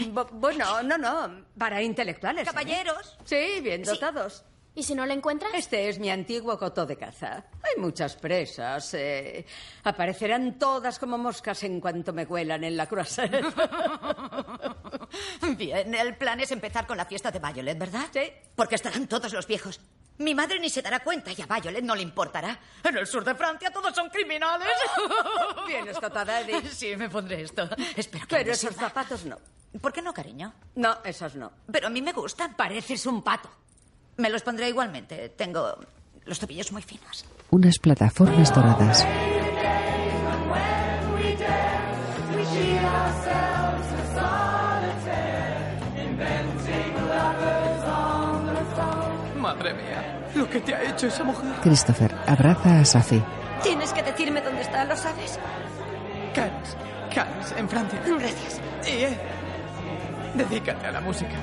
Speaker 3: Eh, bueno, no, no, para intelectuales. ¿eh?
Speaker 16: Caballeros.
Speaker 3: Sí, bien dotados.
Speaker 16: ¿Y si no lo encuentras?
Speaker 3: Este es mi antiguo coto de caza. Hay muchas presas. eh. Aparecerán todas como moscas en cuanto me huelan en la croisette.
Speaker 64: Bien, el plan es empezar con la fiesta de Violet, ¿verdad? Sí. Porque estarán todos los viejos.
Speaker 16: Mi madre ni se dará cuenta y a Violet no le importará. En el sur de Francia todos son criminales.
Speaker 3: Bien escapada, Eddie.
Speaker 16: Sí, me pondré esto. Espero que
Speaker 3: Pero
Speaker 16: no
Speaker 3: esos
Speaker 16: sirva.
Speaker 3: zapatos no.
Speaker 16: ¿Por qué no, cariño?
Speaker 3: No, esos no.
Speaker 16: Pero a mí me gustan. Pareces un pato. Me los pondré igualmente. Tengo los tobillos muy finos.
Speaker 1: Unas plataformas doradas.
Speaker 21: Madre mía, lo que te ha hecho esa mujer.
Speaker 1: Christopher abraza a Safi.
Speaker 65: Tienes que decirme dónde está, ¿lo sabes?
Speaker 21: Cannes, Cannes, en Francia.
Speaker 65: Gracias.
Speaker 21: Y eh, dedícate a la música.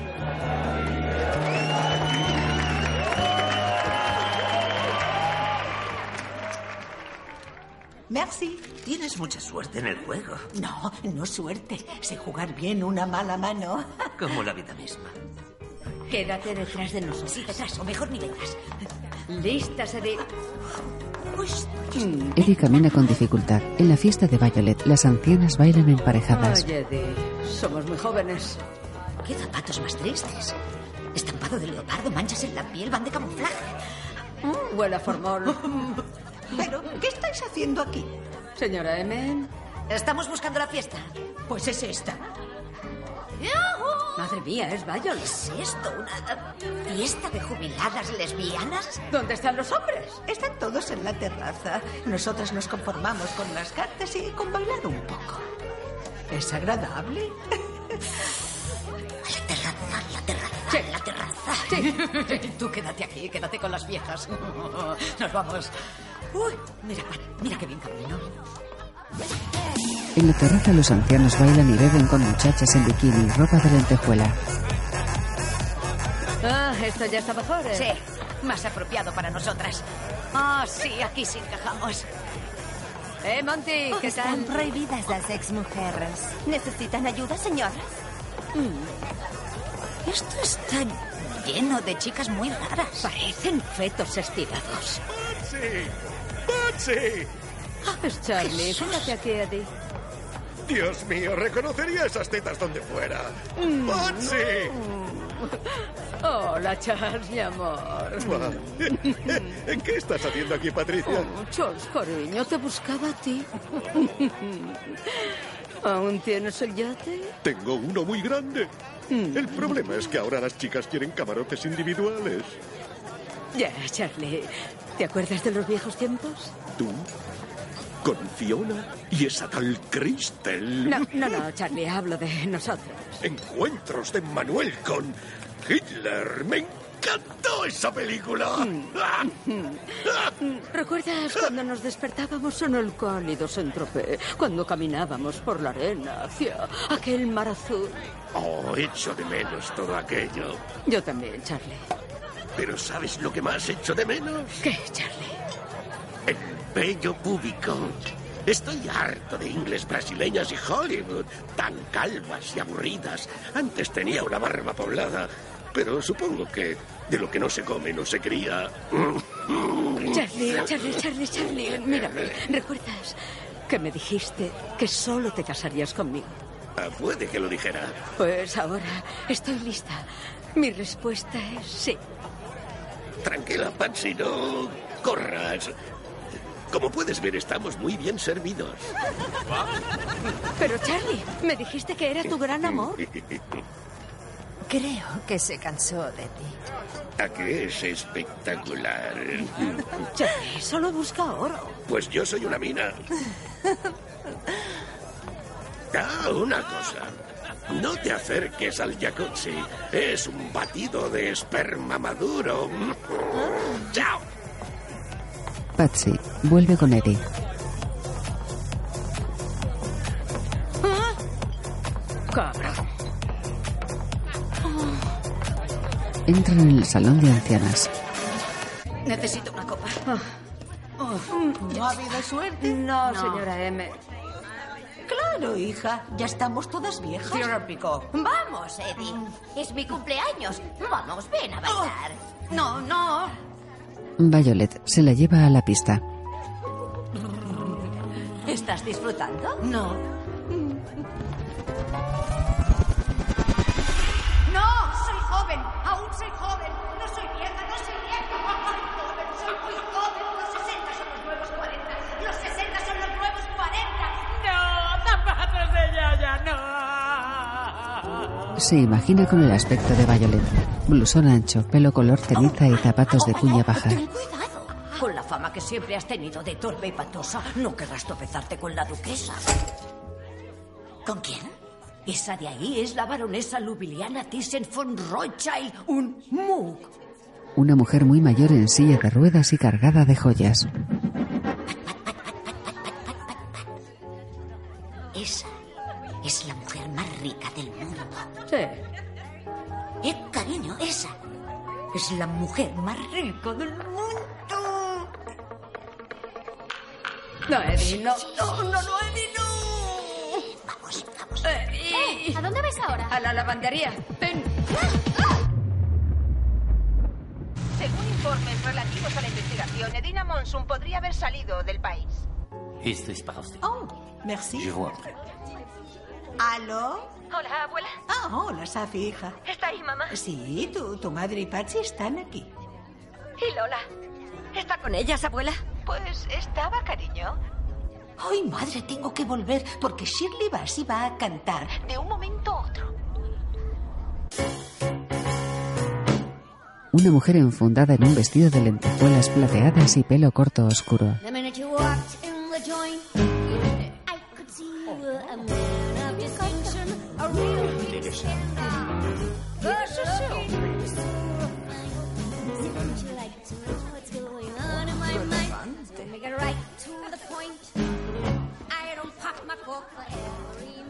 Speaker 66: Merci.
Speaker 13: Tienes mucha suerte en el juego,
Speaker 66: No, no suerte. Sé jugar bien una mala mano.
Speaker 13: como la vida misma.
Speaker 3: Quédate detrás de nosotros.
Speaker 66: Sí, detrás, o mejor ni vengas.
Speaker 3: Listas, Edith. Mm.
Speaker 1: Eddie camina con dificultad. En la fiesta de Violet, las ancianas bailan emparejadas.
Speaker 3: Oye, Edith, somos muy jóvenes.
Speaker 67: Qué zapatos más tristes. Estampado de leopardo, manchas en la piel, van de camuflaje.
Speaker 3: Mm, huele a formol.
Speaker 66: Pero, ¿qué estáis haciendo aquí?
Speaker 3: Señora Emen.
Speaker 67: Estamos buscando la fiesta.
Speaker 66: Pues es esta.
Speaker 3: Madre mía, es Violet.
Speaker 67: ¿Es esto? ¿Una eh, fiesta de jubiladas lesbianas?
Speaker 3: ¿Dónde están los hombres?
Speaker 66: Están todos en la terraza. Nosotras nos conformamos con las cartas y con bailar un poco. ¿Es agradable?
Speaker 67: Sí. La terraza. Tú quédate aquí, quédate con las viejas. Nos vamos. Uy, mira, Juan, mira qué bien camino.
Speaker 1: En la terraza, los ancianos bailan y beben con muchachas en bikini, ropa de lentejuela.
Speaker 3: Ah, esto ya está mejor. ¿eh?
Speaker 67: Sí, más apropiado para nosotras. Ah, sí, aquí sí encajamos.
Speaker 3: Eh, Monty, ¿qué
Speaker 9: Están
Speaker 3: tal?
Speaker 9: prohibidas las exmujeres. ¿Necesitan ayuda, señoras?
Speaker 3: Mm.
Speaker 67: Esto está lleno de chicas muy raras.
Speaker 3: Parecen fetos estirados.
Speaker 21: ¡Patsy! ¡Patsy!
Speaker 3: Es Pues, Charlie, fíjate aquí, Eddie.
Speaker 21: Dios mío, reconocería esas tetas donde fuera. ¡Patsy!
Speaker 3: Oh, Hola, Charles, mi amor.
Speaker 21: Va. ¿Qué estás haciendo aquí, Patricia?
Speaker 3: Oh, Charles, cariño, te buscaba a ti. ¿Aún tienes el yate?
Speaker 21: Tengo uno muy grande. El problema es que ahora las chicas quieren camarotes individuales.
Speaker 3: Ya, Charlie. ¿Te acuerdas de los viejos tiempos?
Speaker 21: Tú, con Fiona y esa tal Cristel.
Speaker 3: No, no, no, Charlie, hablo de nosotros.
Speaker 21: Encuentros de Manuel con Hitler. Me encantó esa película.
Speaker 3: Mm. ¿Recuerdas cuando nos despertábamos en el cálido Saint-Tropez? Cuando caminábamos por la arena hacia aquel mar azul.
Speaker 36: Oh, echo de menos todo aquello.
Speaker 3: Yo también, Charlie.
Speaker 36: Pero ¿sabes lo que más echo de menos?
Speaker 3: ¿Qué, Charlie?
Speaker 36: El bello público. Estoy harto de ingles brasileñas y Hollywood, tan calvas y aburridas. Antes tenía una barba poblada, pero supongo que de lo que no se come no se cría.
Speaker 3: Charlie, Charlie, Charlie, Charlie, mírame. ¿Recuerdas que me dijiste que solo te casarías conmigo?
Speaker 36: Ah, puede que lo dijera.
Speaker 3: Pues ahora estoy lista. Mi respuesta es sí.
Speaker 36: Tranquila, Patsy, no corras. Como puedes ver, estamos muy bien servidos.
Speaker 3: Pero, Charlie, me dijiste que era tu gran amor.
Speaker 9: Creo que se cansó de ti.
Speaker 36: ¿A qué es espectacular?
Speaker 3: Charlie, solo busca oro.
Speaker 36: Pues yo soy una mina. Ah, una cosa. No te acerques al jacuzzi. Es un batido de esperma maduro. ¡Chao!
Speaker 1: Patsy vuelve con Eddie.
Speaker 3: Cabrón.
Speaker 9: Ah.
Speaker 1: Entran en el salón de ancianas.
Speaker 67: Necesito una copa.
Speaker 3: Mm,
Speaker 66: ¿No ha habido suerte?
Speaker 3: Oh. No, señora M.
Speaker 66: Claro, hija. Ya estamos todas viejas. Típico.
Speaker 68: Vamos,
Speaker 3: Mm.
Speaker 68: Eddie. Es mi cumpleaños. Vamos, ven a bailar.
Speaker 3: Oh.
Speaker 69: No, no.
Speaker 1: Violet se la lleva a la pista.
Speaker 69: ¿Estás disfrutando? No. No, soy joven. Aún soy joven. No soy vieja, no soy vieja.
Speaker 1: Se imagina con el aspecto de Violet. Blusón ancho, pelo color ceniza y zapatos de cuña baja.
Speaker 9: Con la fama que siempre has tenido de torpe y patosa, no querrás tropezarte con la duquesa. ¿Con quién? Esa de ahí es la baronesa lubiliana Thyssen von Rothschild, un mug.
Speaker 1: Una mujer muy mayor en silla de ruedas y cargada de joyas.
Speaker 3: Esa es la mujer más rica del mundo.
Speaker 48: Sí.
Speaker 3: Eh, cariño, esa es la mujer más rica del mundo.
Speaker 48: No, Eddie, no. No, no, no,
Speaker 47: Eddie, no. Vamos, vamos.
Speaker 3: Eh,
Speaker 70: ¿A dónde vais ahora?
Speaker 47: A la lavandería. Ven.
Speaker 71: Según informes relativos a la investigación, Edina Monson podría haber salido del país.
Speaker 6: Esto es para usted.
Speaker 51: Oh, merci.
Speaker 6: Je vous en prie.
Speaker 51: ¿Aló?
Speaker 71: Hola, abuela.
Speaker 9: Oh.
Speaker 51: Ah, hola, Safi, hija.
Speaker 71: ¿Está ahí, mamá?
Speaker 51: Sí, tu, tu madre y Patsy están aquí.
Speaker 71: ¿Y Lola? ¿Está con ellas, abuela? Pues estaba, cariño.
Speaker 51: Ay, madre, tengo que volver porque Shirley Bassey va a cantar.
Speaker 71: De un momento a otro.
Speaker 1: Una mujer enfundada en un vestido de lentejuelas plateadas y pelo corto oscuro.
Speaker 16: The minute you walked in the joint, I could see you were a man of distinction, a real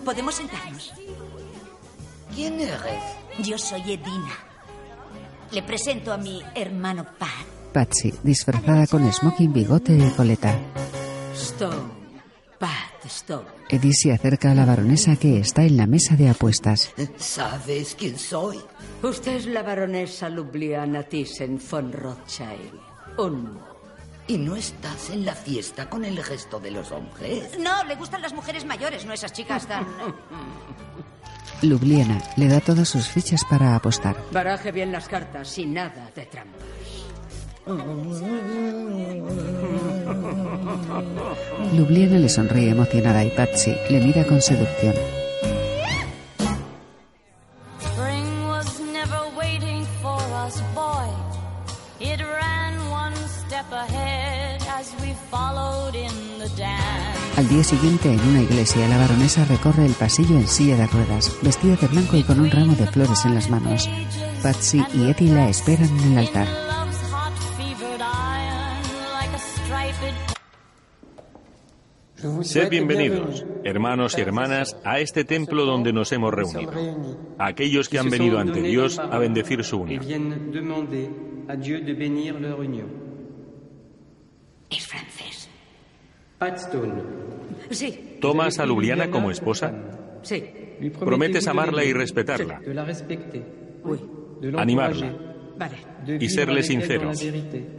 Speaker 3: ¿Podemos sentarnos?
Speaker 6: ¿Quién eres?
Speaker 3: Yo soy Edina. Le presento a mi hermano Pat.
Speaker 1: Patsy, disfrazada con smoking, bigote y coleta.
Speaker 48: Stone. Pat Stone.
Speaker 1: Eddie se acerca a la baronesa que está en la mesa de apuestas.
Speaker 6: ¿Sabes quién soy?
Speaker 48: Usted es la baronesa Ljubljana Thyssen von Rothschild. Un
Speaker 6: ¿Y no estás en la fiesta con el gesto de los hombres?
Speaker 3: No, le gustan las mujeres mayores, no esas chicas tan.
Speaker 1: Ljubljana le da todas sus fichas para apostar.
Speaker 48: Baraje bien las cartas sin nada de trampa.
Speaker 1: Ljubljana le sonríe emocionada y Patsy le mira con seducción.
Speaker 16: Spring was never waiting for us, boy. It ran one step ahead as we followed in the dance.
Speaker 1: Al día siguiente, en una iglesia, la baronesa recorre el pasillo en silla de ruedas, vestida de blanco y con un ramo de flores en las manos. Patsy y Eddie la esperan en el altar.
Speaker 16: Love's hot fevered iron like a striped
Speaker 50: Sed bienvenidos, hermanos y hermanas, a este templo donde nos hemos reunido. Aquellos que han venido ante Dios a bendecir su
Speaker 72: Et
Speaker 50: unión.
Speaker 72: viennent demander à Dieu de bénir leur union.
Speaker 3: Es francés.
Speaker 72: Pat Stone,
Speaker 48: Sí,
Speaker 50: ¿Tomas a Ljubljana como esposa?
Speaker 48: sí.
Speaker 72: lui
Speaker 50: Prometes
Speaker 72: promettez-vous de
Speaker 50: amarla y
Speaker 72: l'aimer,
Speaker 50: respetarla,
Speaker 72: de la respecter,
Speaker 48: Uy,
Speaker 72: de
Speaker 50: animarla,
Speaker 72: l'encourager,
Speaker 48: vale.
Speaker 72: de
Speaker 50: Y
Speaker 72: vivre
Speaker 50: serle
Speaker 72: avec elle dans la
Speaker 50: sinceros.
Speaker 72: vérité,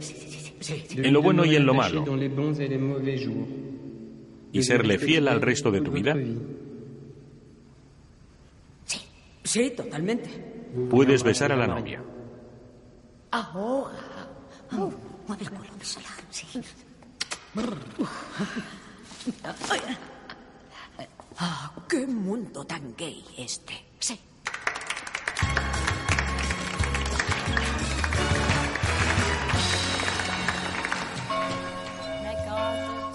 Speaker 48: Sí.
Speaker 50: en lo bueno y en lo malo,
Speaker 72: dans les bons et les mauvais jours.
Speaker 50: y serle fiel al resto de tu vida?
Speaker 48: Sí, totalmente.
Speaker 50: Puedes besar a la novia.
Speaker 3: Ahora. Oh, mueve el culo, bésala. Sí.
Speaker 9: Ah, qué mundo tan gay este. Sí.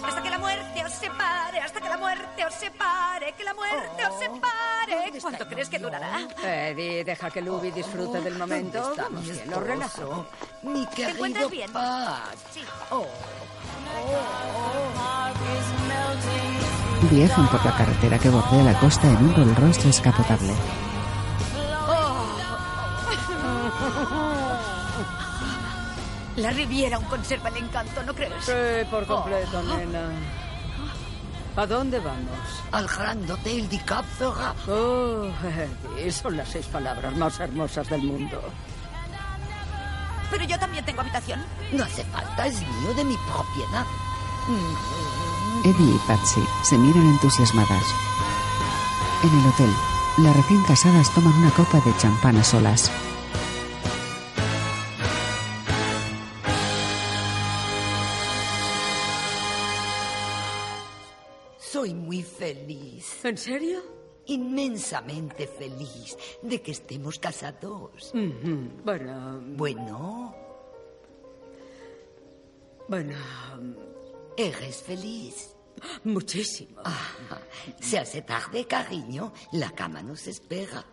Speaker 47: Hasta que la muerte os separe, hasta que la muerte os separe, que la muerte
Speaker 48: Oh,
Speaker 47: os separe. ¿Cuánto crees que durará? Oh,
Speaker 48: Eddie, deja que Luby disfrute del momento. Vamos, cielo, relájate.
Speaker 6: Mi
Speaker 47: ¿Te encuentras
Speaker 6: querido
Speaker 47: bien?
Speaker 6: Pat.
Speaker 47: Sí.
Speaker 16: Oh,
Speaker 1: Viajan por la carretera que bordea la costa en un Rolls Royce descapotable.
Speaker 47: Oh. La Riviera aún conserva el encanto, ¿no crees? Oh.
Speaker 48: Sí, por completo, nena. ¿A dónde vamos?
Speaker 6: Al Grand Hotel de Capzora.
Speaker 48: Oh, Eddie, son las seis palabras más hermosas del mundo.
Speaker 47: Pero yo también tengo habitación.
Speaker 6: No hace falta, es mío de mi propiedad. Mm.
Speaker 1: Eddie y Patsy se miran entusiasmadas. En el hotel, las recién casadas toman una copa de champán a solas.
Speaker 6: Soy muy feliz.
Speaker 48: ¿En serio?
Speaker 9: inmensamente feliz de que estemos casados.
Speaker 16: Ujú. Bueno.
Speaker 9: Bueno.
Speaker 16: Bueno.
Speaker 9: ¿Eres feliz?
Speaker 16: Muchísimo.
Speaker 9: Ah, se hace tarde, cariño. La cama nos espera.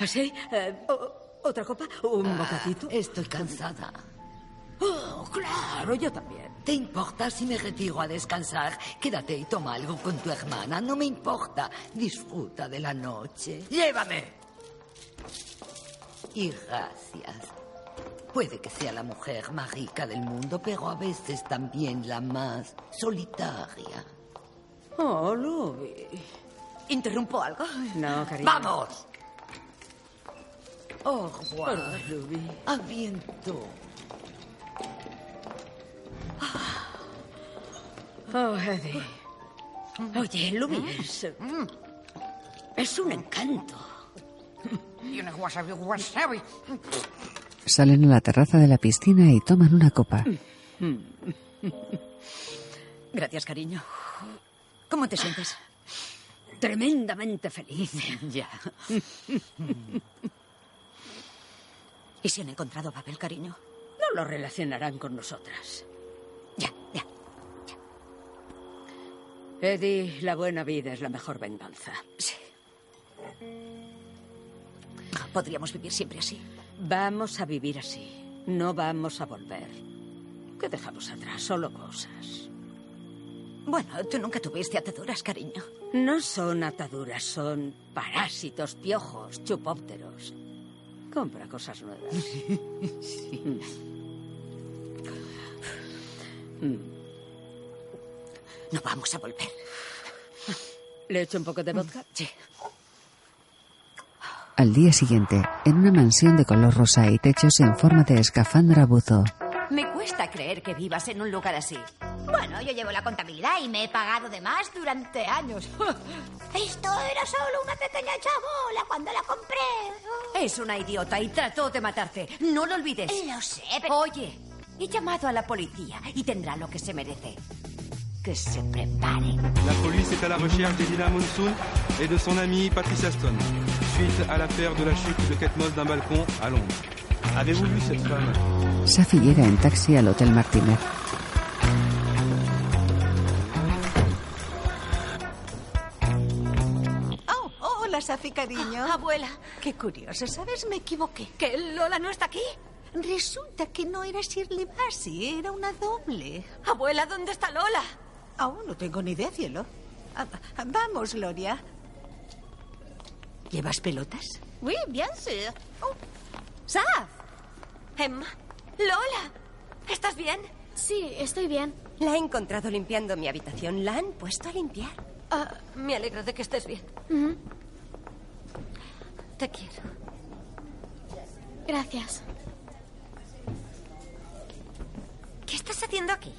Speaker 16: ¿Así? Eh, ¿Otra copa? ¿Un bocadito?
Speaker 9: Ah, Estoy cansada.
Speaker 16: Oh, claro, yo también.
Speaker 9: ¿Te importa si me retiro a descansar? Quédate y toma algo con tu hermana. No me importa. Disfruta de la noche.
Speaker 73: ¡Llévame!
Speaker 9: Y gracias. Puede que sea la mujer más rica del mundo, pero a veces también la más solitaria.
Speaker 16: Oh, Luby.
Speaker 3: ¿Interrumpo algo?
Speaker 16: No, cariño.
Speaker 9: ¡Vamos! ¡Oh,
Speaker 16: Por
Speaker 9: Juan!
Speaker 16: favor, Luby.
Speaker 9: ¡A viento!
Speaker 16: Ah. Oh, Eddie.
Speaker 3: Oye, Luby, es, mm, es un encanto.
Speaker 73: Y una wasabi, wasabi.
Speaker 1: Salen a la terraza de la piscina y toman una copa.
Speaker 74: Gracias, cariño. ¿Cómo te sientes? Tremendamente feliz.
Speaker 3: Ya. ¿Y si han encontrado papel, cariño?
Speaker 74: No lo relacionarán con nosotras.
Speaker 16: Eddie, la buena vida es la mejor venganza.
Speaker 3: Podríamos vivir siempre así.
Speaker 16: Vamos a vivir así. No vamos a volver. ¿Qué dejamos atrás? Solo cosas.
Speaker 3: Bueno, tú nunca tuviste ataduras, cariño.
Speaker 16: No son ataduras, son parásitos, piojos, chupópteros. Compra cosas nuevas. Mm.
Speaker 3: No vamos a volver.
Speaker 16: ¿Le echo un poco de vodka?
Speaker 3: Sí.
Speaker 1: Al día siguiente, en una mansión de color rosa y techos en forma de escafandra buzo,
Speaker 74: Me cuesta creer que vivas en un lugar así.
Speaker 75: Bueno, yo llevo la contabilidad y me he pagado de más durante años. Esto era solo una pequeña chabola cuando la compré.
Speaker 74: Es una idiota y trató de matarte. No lo olvides.
Speaker 75: Lo sé, pero...
Speaker 74: Oye, he llamado a la policía y tendrá lo que se merece. Que se prepare.
Speaker 72: La police est à la recherche d'Edina Monsoon et de son amie Patricia Stone, suite à l'affaire de la chute de Kate Moss d'un balcon à Londres. Avez-vous vu cette femme
Speaker 1: Safi llega en taxi al Hotel Martínez.
Speaker 76: Oh, hola, Safi, cariño.
Speaker 3: Ah, abuela.
Speaker 76: Qué curioso, ¿sabes? Me equivoqué.
Speaker 3: ¿Que Lola no está aquí?
Speaker 76: Resulta que no era Shirley Bassey, era una doble.
Speaker 3: Abuela, ¿dónde está Lola?
Speaker 76: Aún no tengo ni idea, cielo. Ah, ah, Vamos, Gloria. ¿Llevas pelotas?
Speaker 75: Oui, bien sûr.
Speaker 9: Oh.
Speaker 3: ¡Saf! Emma. Lola. ¿Estás bien?
Speaker 77: Sí, estoy bien.
Speaker 78: La he encontrado limpiando mi habitación. La han puesto a limpiar.
Speaker 3: Ah, me alegro de que estés bien.
Speaker 77: Ujú,
Speaker 3: Te quiero.
Speaker 77: Gracias.
Speaker 3: ¿Qué estás haciendo aquí?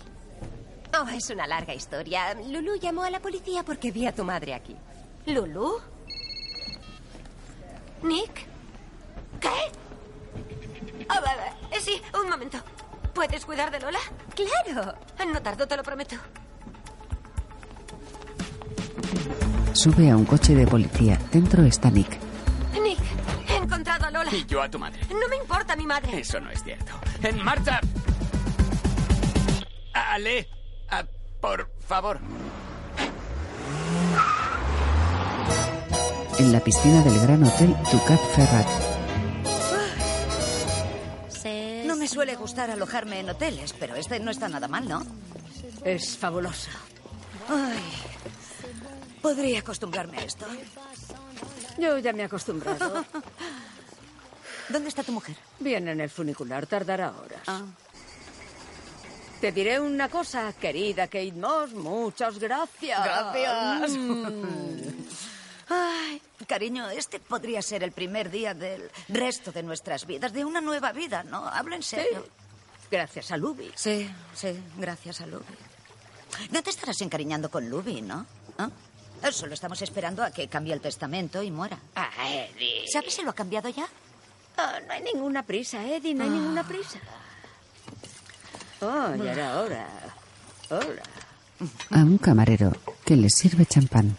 Speaker 78: Oh, es una larga historia. Lulu llamó a la policía porque vi a tu madre aquí.
Speaker 3: ¿Lulu? ¿Nick? ¿Qué? Ah, va, va. Eh, sí, un momento. ¿Puedes cuidar de Lola?
Speaker 78: Claro.
Speaker 3: No tardo, te lo prometo.
Speaker 1: Sube a un coche de policía. Dentro está Nick.
Speaker 3: Nick, he encontrado a Lola.
Speaker 10: Y yo a tu madre.
Speaker 3: No me importa mi madre.
Speaker 10: Eso no es cierto. ¡En marcha! ¡Ale! ah, por favor.
Speaker 1: En la piscina del Gran Hotel Ducat Ferrat.
Speaker 3: No me suele gustar alojarme en hoteles, pero este no está nada mal, ¿no?
Speaker 16: Es fabuloso.
Speaker 3: Ay, podría acostumbrarme a esto.
Speaker 16: Yo ya me he acostumbrado.
Speaker 3: ¿Dónde está tu mujer? Ah.
Speaker 16: Viene en el funicular, tardará horas. Te diré una cosa, querida Kate Moss, muchas gracias.
Speaker 3: Gracias.
Speaker 16: Mm.
Speaker 3: Ay, cariño, este podría ser el primer día del resto de nuestras vidas, de una nueva vida, ¿no? Hablo en serio.
Speaker 16: Gracias a Luby.
Speaker 3: Sí, sí, gracias a Luby. No te estarás encariñando con Luby, ¿no? ¿Ah? Solo estamos esperando a que cambie el testamento y muera.
Speaker 16: Eh,
Speaker 3: ¿Sabes si lo ha cambiado ya? Ah.
Speaker 16: Ah, no hay ninguna prisa, Eddie, no hay ninguna prisa. Oh, ya era hora. Hola.
Speaker 3: ¿Mm?
Speaker 1: A un camarero que les sirve champán.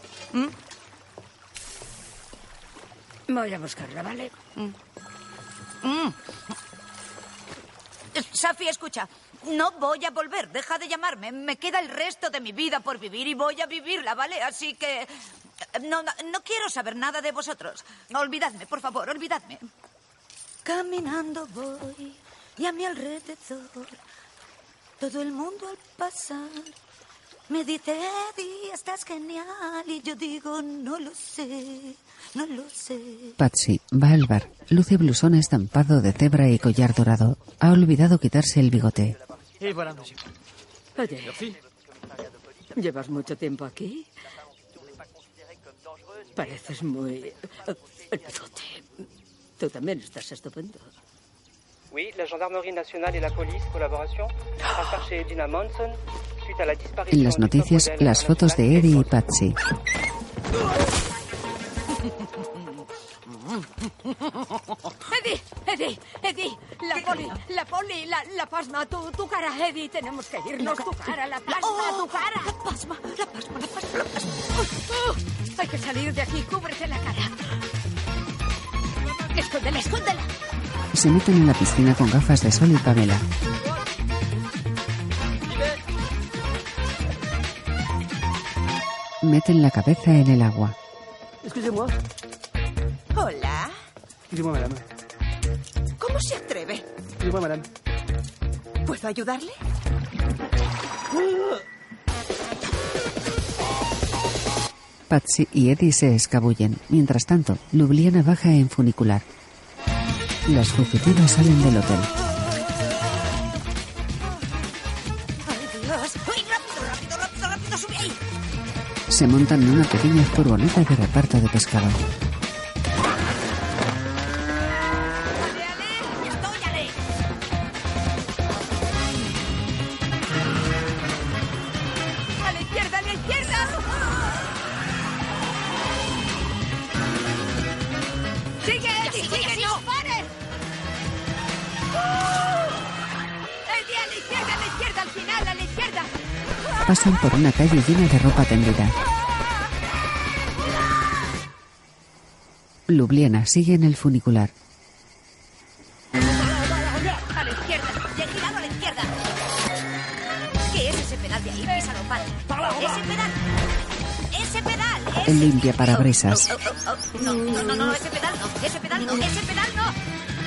Speaker 48: Voy a buscarla, ¿vale?
Speaker 3: Mm. Safi, escucha. No voy a volver. Deja de llamarme. Me queda el resto de mi vida por vivir y voy a vivirla, ¿vale? Así que... eh, No, no, no quiero saber nada de vosotros. Olvidadme, por favor, olvidadme. Caminando voy y a mi alrededor todo el mundo al pasar me dice, Eddie, estás genial. Y yo digo, no lo sé, no lo sé.
Speaker 1: Patsy va al bar. Luce blusón estampado de cebra y collar dorado. Ha olvidado quitarse el bigote.
Speaker 48: Oye, ¿llevas mucho tiempo aquí? Pareces muy... El bigote. Tú también estás estupendo.
Speaker 4: Oui, la gendarmerie nationale et la police, collaboration, à chercher Edina Manson suite à la disparition.
Speaker 1: En Ah. las noticias, las fotos de Eddie y Patsy.
Speaker 48: Eddie, Eddie, Eddie, la poli, la poli, la, la pasma, tu, tu cara, Eddie, tenemos que irnos, tu cara, la pasma, tu cara. Oh, La pasma, la pasma, la pasma, la pasma. hay que salir de aquí, cúbrete la cara. Escóndela, escóndela.
Speaker 1: Se meten en la piscina con gafas de sol y Pamela. Meten la cabeza en el agua.
Speaker 51: Excusez-moi.
Speaker 5: Hola.
Speaker 72: Excusez-moi, madame.
Speaker 5: ¿Cómo se atreve?
Speaker 72: Excusez-moi, madame.
Speaker 5: ¿Puedo ayudarle?
Speaker 1: Patsy y Eddie se escabullen. Mientras tanto, Ljubljana baja en funicular. Las fugitivas salen del hotel.
Speaker 3: ¡Ay, Dios! ¡Uy, rápido, rápido, rápido, rápido! ¡Sube ahí!
Speaker 1: Se montan en una pequeña furgoneta de reparto de pescado.
Speaker 47: ¡A la izquierda, a la izquierda! ¡Sigue, Eddie, sigue, no! ¡Pares! ¡Eddie, a la izquierda, a la izquierda, al final, a la izquierda!
Speaker 1: Pasan por una calle llena de ropa tendida. Ljubljana sigue en el funicular.
Speaker 3: ¡A la izquierda! ¡Ya he girado a la izquierda! ¿Qué es ese pedal de ahí? Písalo, para. ¡Ese pedal! ¡Ese pedal! ¡Ese
Speaker 1: El limpia parabrisas.
Speaker 3: Oh, oh, oh, No, no, no, no, ese pedal no, ese pedal no, ese pedal no.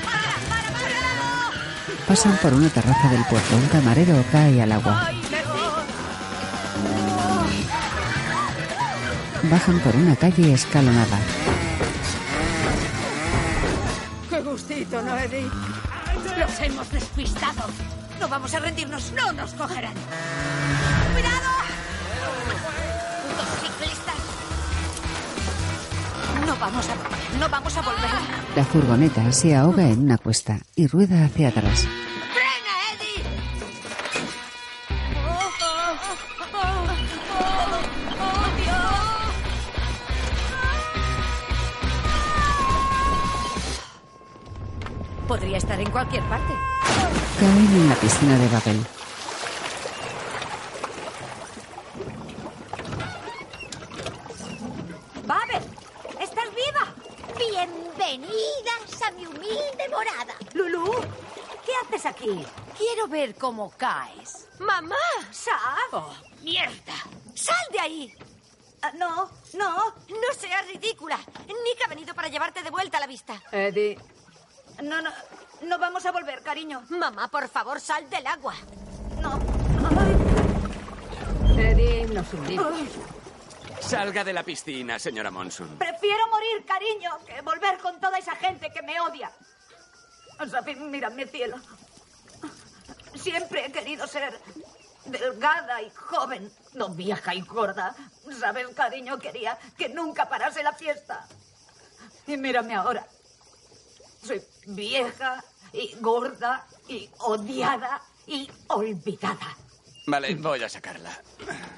Speaker 3: ¡Para, para, para!
Speaker 1: Pasan por una terraza del puerto. Un camarero cae al agua.
Speaker 3: ¡Ay, me
Speaker 1: Bajan por una calle escalonada.
Speaker 48: Qué gustito, ¿no, Eddie? Los hemos despistado. No vamos a rendirnos, no nos cogerán.
Speaker 3: ¡Putos ciclistas! No vamos a volver, no vamos a volver.
Speaker 48: Ah.
Speaker 1: La furgoneta se ahoga en una cuesta y rueda hacia atrás.
Speaker 3: ¡Frena, Eddie!
Speaker 47: ¡Oh, oh, oh, oh, oh, Dios!
Speaker 9: Podría estar en cualquier parte.
Speaker 1: Caen en la piscina de Babel.
Speaker 49: ¡Babel! ¡Estás viva! ¡Bienvenidas a mi humilde morada!
Speaker 9: Lulú, ¿qué haces aquí? Quiero ver cómo caes. ¡Mamá! ¡Sab! ¡Mierda! ¡Sal de ahí! Ah, no, no, no seas ridícula. Nick ha venido para llevarte de vuelta a la vista.
Speaker 48: Eddie,
Speaker 9: No, no, no vamos a volver, cariño. Mamá, por favor, sal del agua.
Speaker 48: Eddie, Eh, nos hundimos.
Speaker 10: Salga de la piscina, señora Monson.
Speaker 9: Prefiero morir, cariño, que volver con toda esa gente que me odia. Sophie, mírame, cielo. Siempre he querido ser delgada y joven, no vieja y gorda. ¿Sabes, cariño? Quería que nunca parase la fiesta. Y mírame ahora. Soy vieja y gorda y odiada y olvidada.
Speaker 10: Vale, voy a sacarla.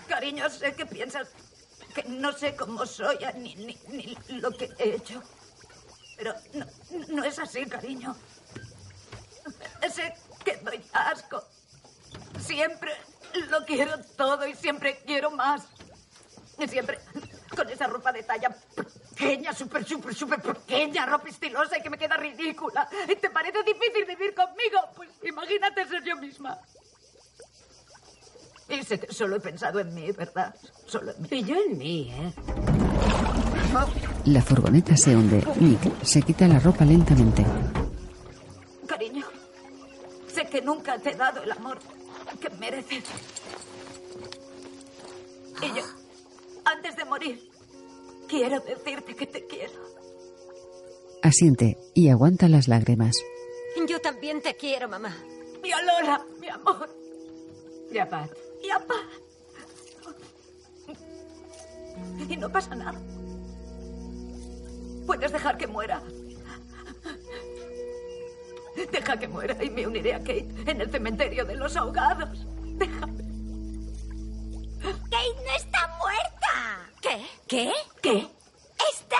Speaker 9: Cariño, sé que piensas que no sé cómo soy ni, ni- ni lo que he hecho. Pero no, no es así, cariño. Sé que doy asco. Siempre lo quiero todo y siempre quiero más. Y siempre con esa ropa de talla
Speaker 2: pequeña, súper, súper, súper pequeña, ropa estilosa y que me queda ridícula. ¿Y ¿Te parece difícil vivir conmigo? Pues imagínate ser yo misma. Y se te- solo he pensado en mí, ¿verdad? Solo en mí. Oh, Y yo en mí, ¿eh?
Speaker 1: La furgoneta se hunde. Nick se quita la ropa lentamente.
Speaker 2: Cariño, sé que nunca te he dado el amor que mereces. Y yo, antes de morir, quiero decirte que te quiero.
Speaker 1: Asiente y aguanta las lágrimas.
Speaker 9: Yo también te quiero, mamá.
Speaker 2: Mi Lola, mi amor. Y a Pat. Y a Pat. Y no pasa nada. Puedes dejar que muera. Deja que muera y me uniré a Kate en el cementerio de los ahogados.
Speaker 49: ¡Kate no está muerta! ¿Qué?
Speaker 9: ¿Qué? ¿Qué?
Speaker 49: ¡Está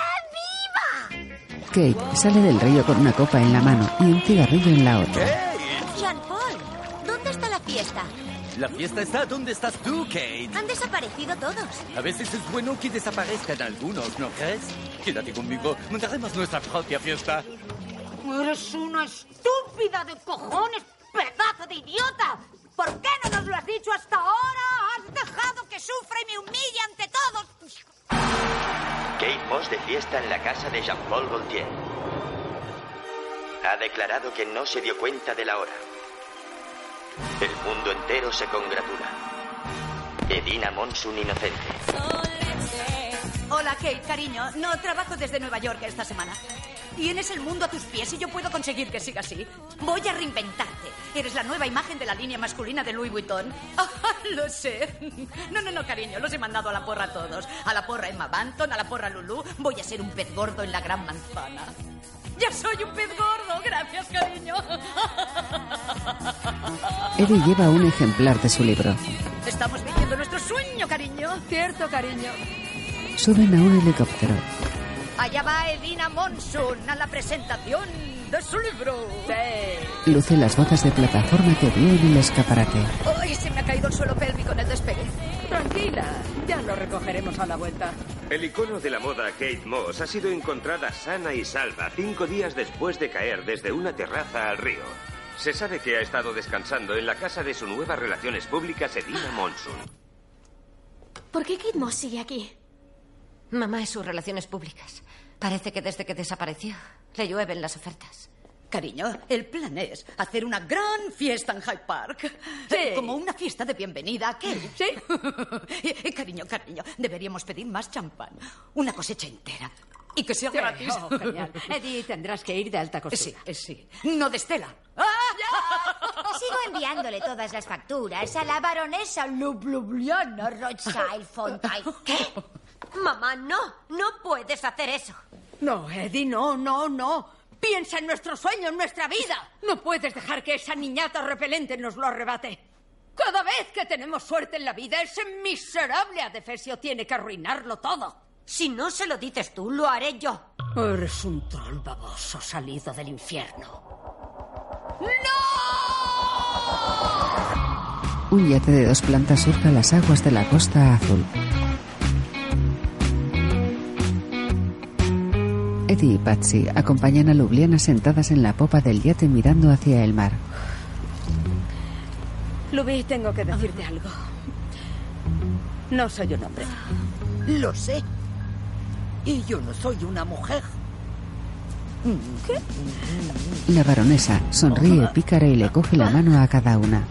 Speaker 49: viva!
Speaker 1: Kate sale del río con una copa en la mano y un cigarrillo en la otra.
Speaker 49: Jean Paul, ¿dónde está la fiesta?
Speaker 21: La fiesta está donde estás tú, Kate.
Speaker 49: Han desaparecido todos.
Speaker 21: A veces es bueno que desaparezcan algunos, ¿no crees? Quédate conmigo, montaremos nuestra propia fiesta.
Speaker 9: Eres una estúpida de cojones, pedazo de idiota. ¿Por qué no nos lo has dicho hasta ahora? Has dejado que sufra y me humille ante todos.
Speaker 34: Kate Moss de fiesta en la casa de Jean-Paul Gaultier. Ha declarado que no se dio cuenta de la hora. El mundo entero se congratula. Edina Monsun inocente.
Speaker 3: Hola, Kate, cariño. No trabajo desde Nueva York esta semana. Tienes el mundo a tus pies y yo puedo conseguir que siga así. Voy a reinventarte. Eres la nueva imagen de la línea masculina de Louis Vuitton. Ah, lo sé. No, no, no, cariño. Los he mandado a la porra a todos. A la porra Emma Banton, a la porra Lulu. Voy a ser un pez gordo en la gran manzana. Ya soy un pez gordo. Gracias, cariño.
Speaker 1: Eddie lleva un ejemplar de su libro.
Speaker 3: Estamos viviendo nuestro sueño, cariño.
Speaker 48: Cierto, cariño.
Speaker 1: Suben a un helicóptero.
Speaker 3: Allá va Edina Monson a la presentación de su libro.
Speaker 1: Luce las botas de plataforma que vio en el escaparate.
Speaker 3: Hoy se me ha caído el suelo pélvico en el despegue.
Speaker 48: Tranquila, ya lo recogeremos a la vuelta.
Speaker 13: El icono de la moda Kate Moss ha sido encontrada sana y salva cinco días después de caer desde una terraza al río. Se sabe que ha estado descansando en la casa de su nueva relaciones públicas Edina Monson.
Speaker 9: ¿Por qué Kate Moss sigue aquí? Mamá es sus relaciones públicas. Parece que desde que desapareció le llueven las ofertas.
Speaker 3: Cariño, el plan es hacer una gran fiesta en Hyde Park. Eh, Como una fiesta de bienvenida a Kate. Sí. cariño, cariño, deberíamos pedir más champán. Una cosecha entera. Y que sea
Speaker 48: Sí,
Speaker 3: gratis.
Speaker 48: oh, genial. Eddie, tendrás que ir de alta
Speaker 3: Sí,
Speaker 48: costura.
Speaker 3: eh, sí. No de Estela.
Speaker 49: Sigo enviándole todas las facturas a la baronesa Ljubljana Rothschild Fontaine. ¿Qué?
Speaker 9: Mamá, no, no puedes hacer eso.
Speaker 48: No, Eddie, no, no, no. Piensa en nuestro sueño, en nuestra vida. No puedes dejar que esa niñata repelente nos lo arrebate. Cada vez que tenemos suerte en la vida, ese miserable adefesio tiene que arruinarlo todo.
Speaker 9: Si no se lo dices tú, lo haré yo.
Speaker 48: Eres un troll baboso salido del infierno.
Speaker 1: Un yate de dos plantas surca las aguas de la costa azul. Eddie y Patsy acompañan a Ljubljana sentadas en la popa del yate mirando hacia el mar.
Speaker 48: Luby, tengo que decirte algo. No soy un hombre.
Speaker 6: Lo sé. Y yo no soy una mujer.
Speaker 1: La baronesa sonríe pícara y le coge la mano a cada una.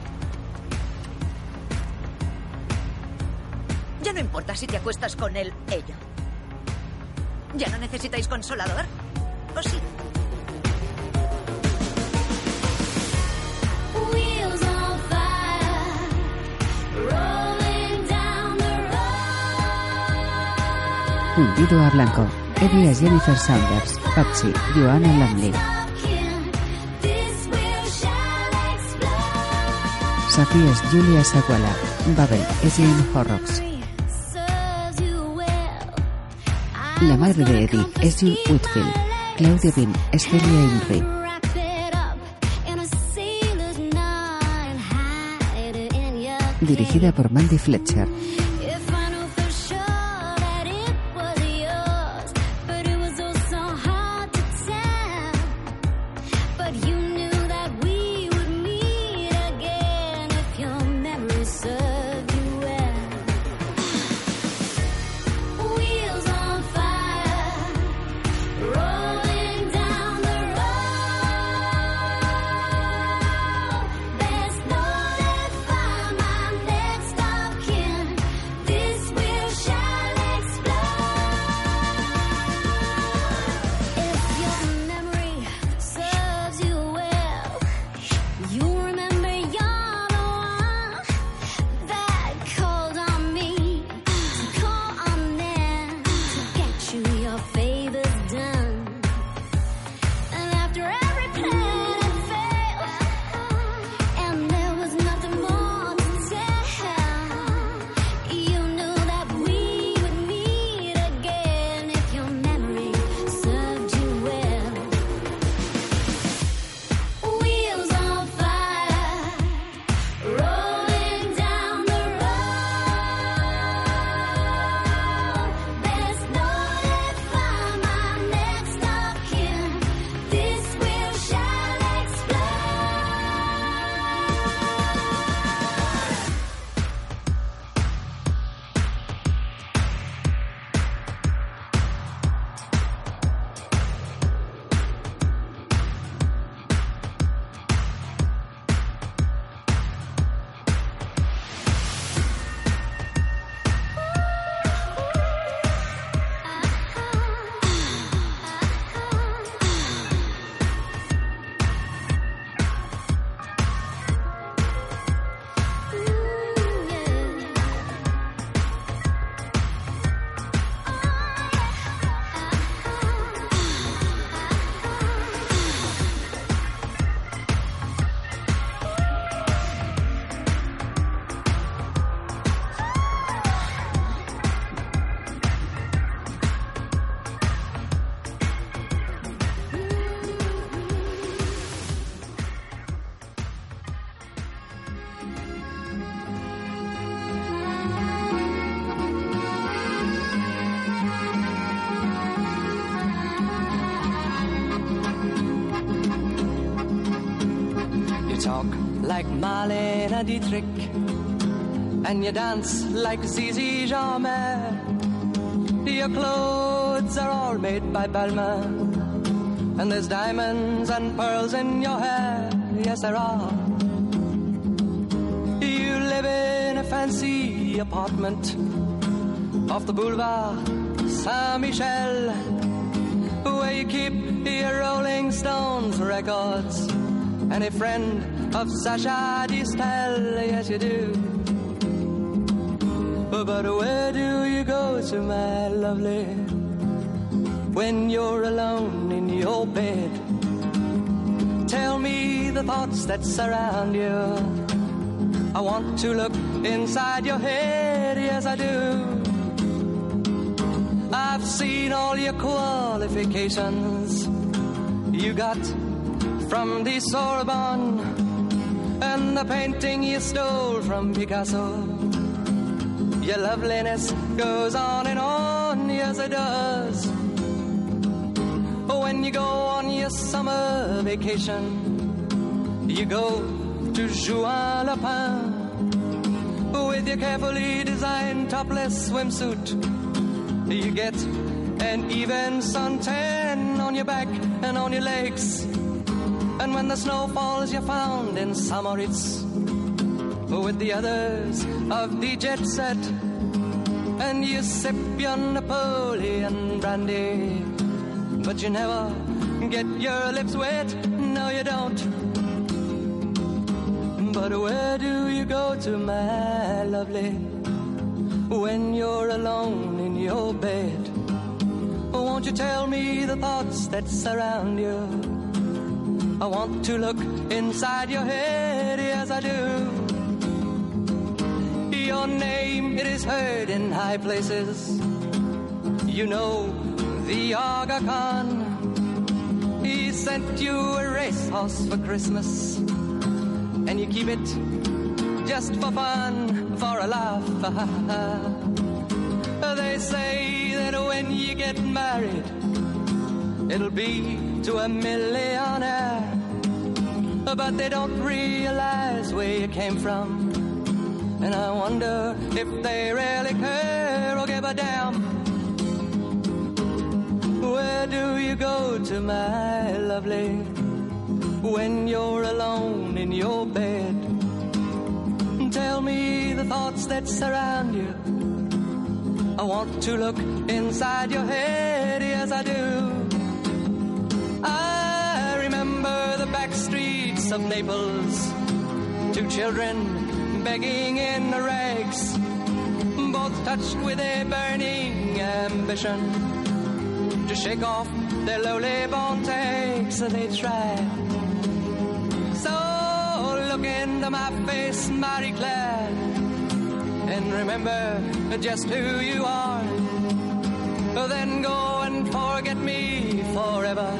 Speaker 3: Ya no importa si te acuestas con él, ella. ¿Ya no necesitáis consolador? ¿O sí?
Speaker 16: Wheels on fire, rolling down the
Speaker 1: Hundido a blanco. Eddie a Jennifer Sanders. Patsy, Joanna Lumley.
Speaker 16: road. This will shall explode.
Speaker 1: Safi es Julia Saguala. Babel es Jane Horrocks.
Speaker 16: Serves you well.
Speaker 1: La madre de Eddie es Jill Whitfield. Claudia Bean es Celia Henry.
Speaker 16: Wrap it up in a sailor's knot and hide it in your
Speaker 1: Dirigida por Mandy Fletcher.
Speaker 16: If I knew for sure that it was yours, but
Speaker 57: talk like Marlena Dietrich, and you dance like Zizi Jamais. Your clothes are all made by Balmain, and there's diamonds and pearls in your hair. Yes, there are. You live in a fancy apartment off the boulevard Saint Michel, where you keep your Rolling Stones records. And a friend of Sasha Distel, yes, you do. But where do you go to, my lovely? When you're alone in your bed, tell me the thoughts that surround you. I want to look inside your head, yes, I do. I've seen all your qualifications you got from the Sorbonne and the painting you stole from Picasso. Your loveliness goes on and on, yes it does. When you go on your summer vacation, you go to Juan Lapin with your carefully designed topless swimsuit. You get an even suntan on your back and on your legs. And when the snow falls, you're found in Samoritz with the others of the jet set. And you sip your Napoleon brandy, but you never get your lips wet. No, you don't. But where do you go to, my lovely, when you're alone in your bed? Won't you tell me the thoughts that surround you? I want to look inside your head, yes, I do. Your name, it is heard in high places. You know the Aga Khan. He sent you a racehorse for Christmas. And you keep it just for fun, for a laugh. they say that when you get married, it'll be to a millionaire. But they don't realize where you came from. And I wonder if they really care or give a damn. Where do you go to, my lovely, when you're alone in your bed? Tell me the thoughts that surround you. I want to look inside your head, yes, I do. I remember the back streets of Naples. Two children begging in the rags, both touched with a burning ambition to shake off their lowly bone takes. They try. So look into my face, Marie Claire, and remember just who you are. Then go and forget me forever.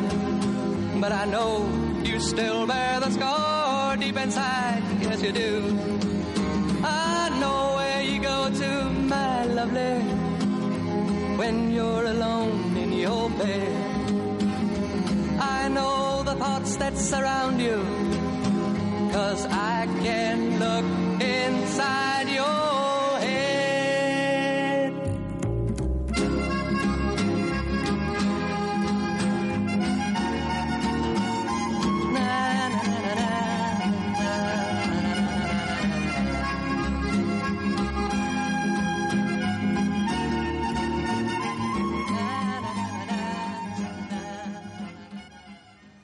Speaker 57: But I know you still bear the scar deep inside. Yes, you do. I know where you go to, my lovely, when you're alone in your bed. I know the thoughts that surround you, cause I can look inside your head.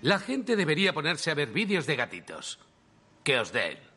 Speaker 71: La gente debería ponerse a ver vídeos de gatitos. Que os den.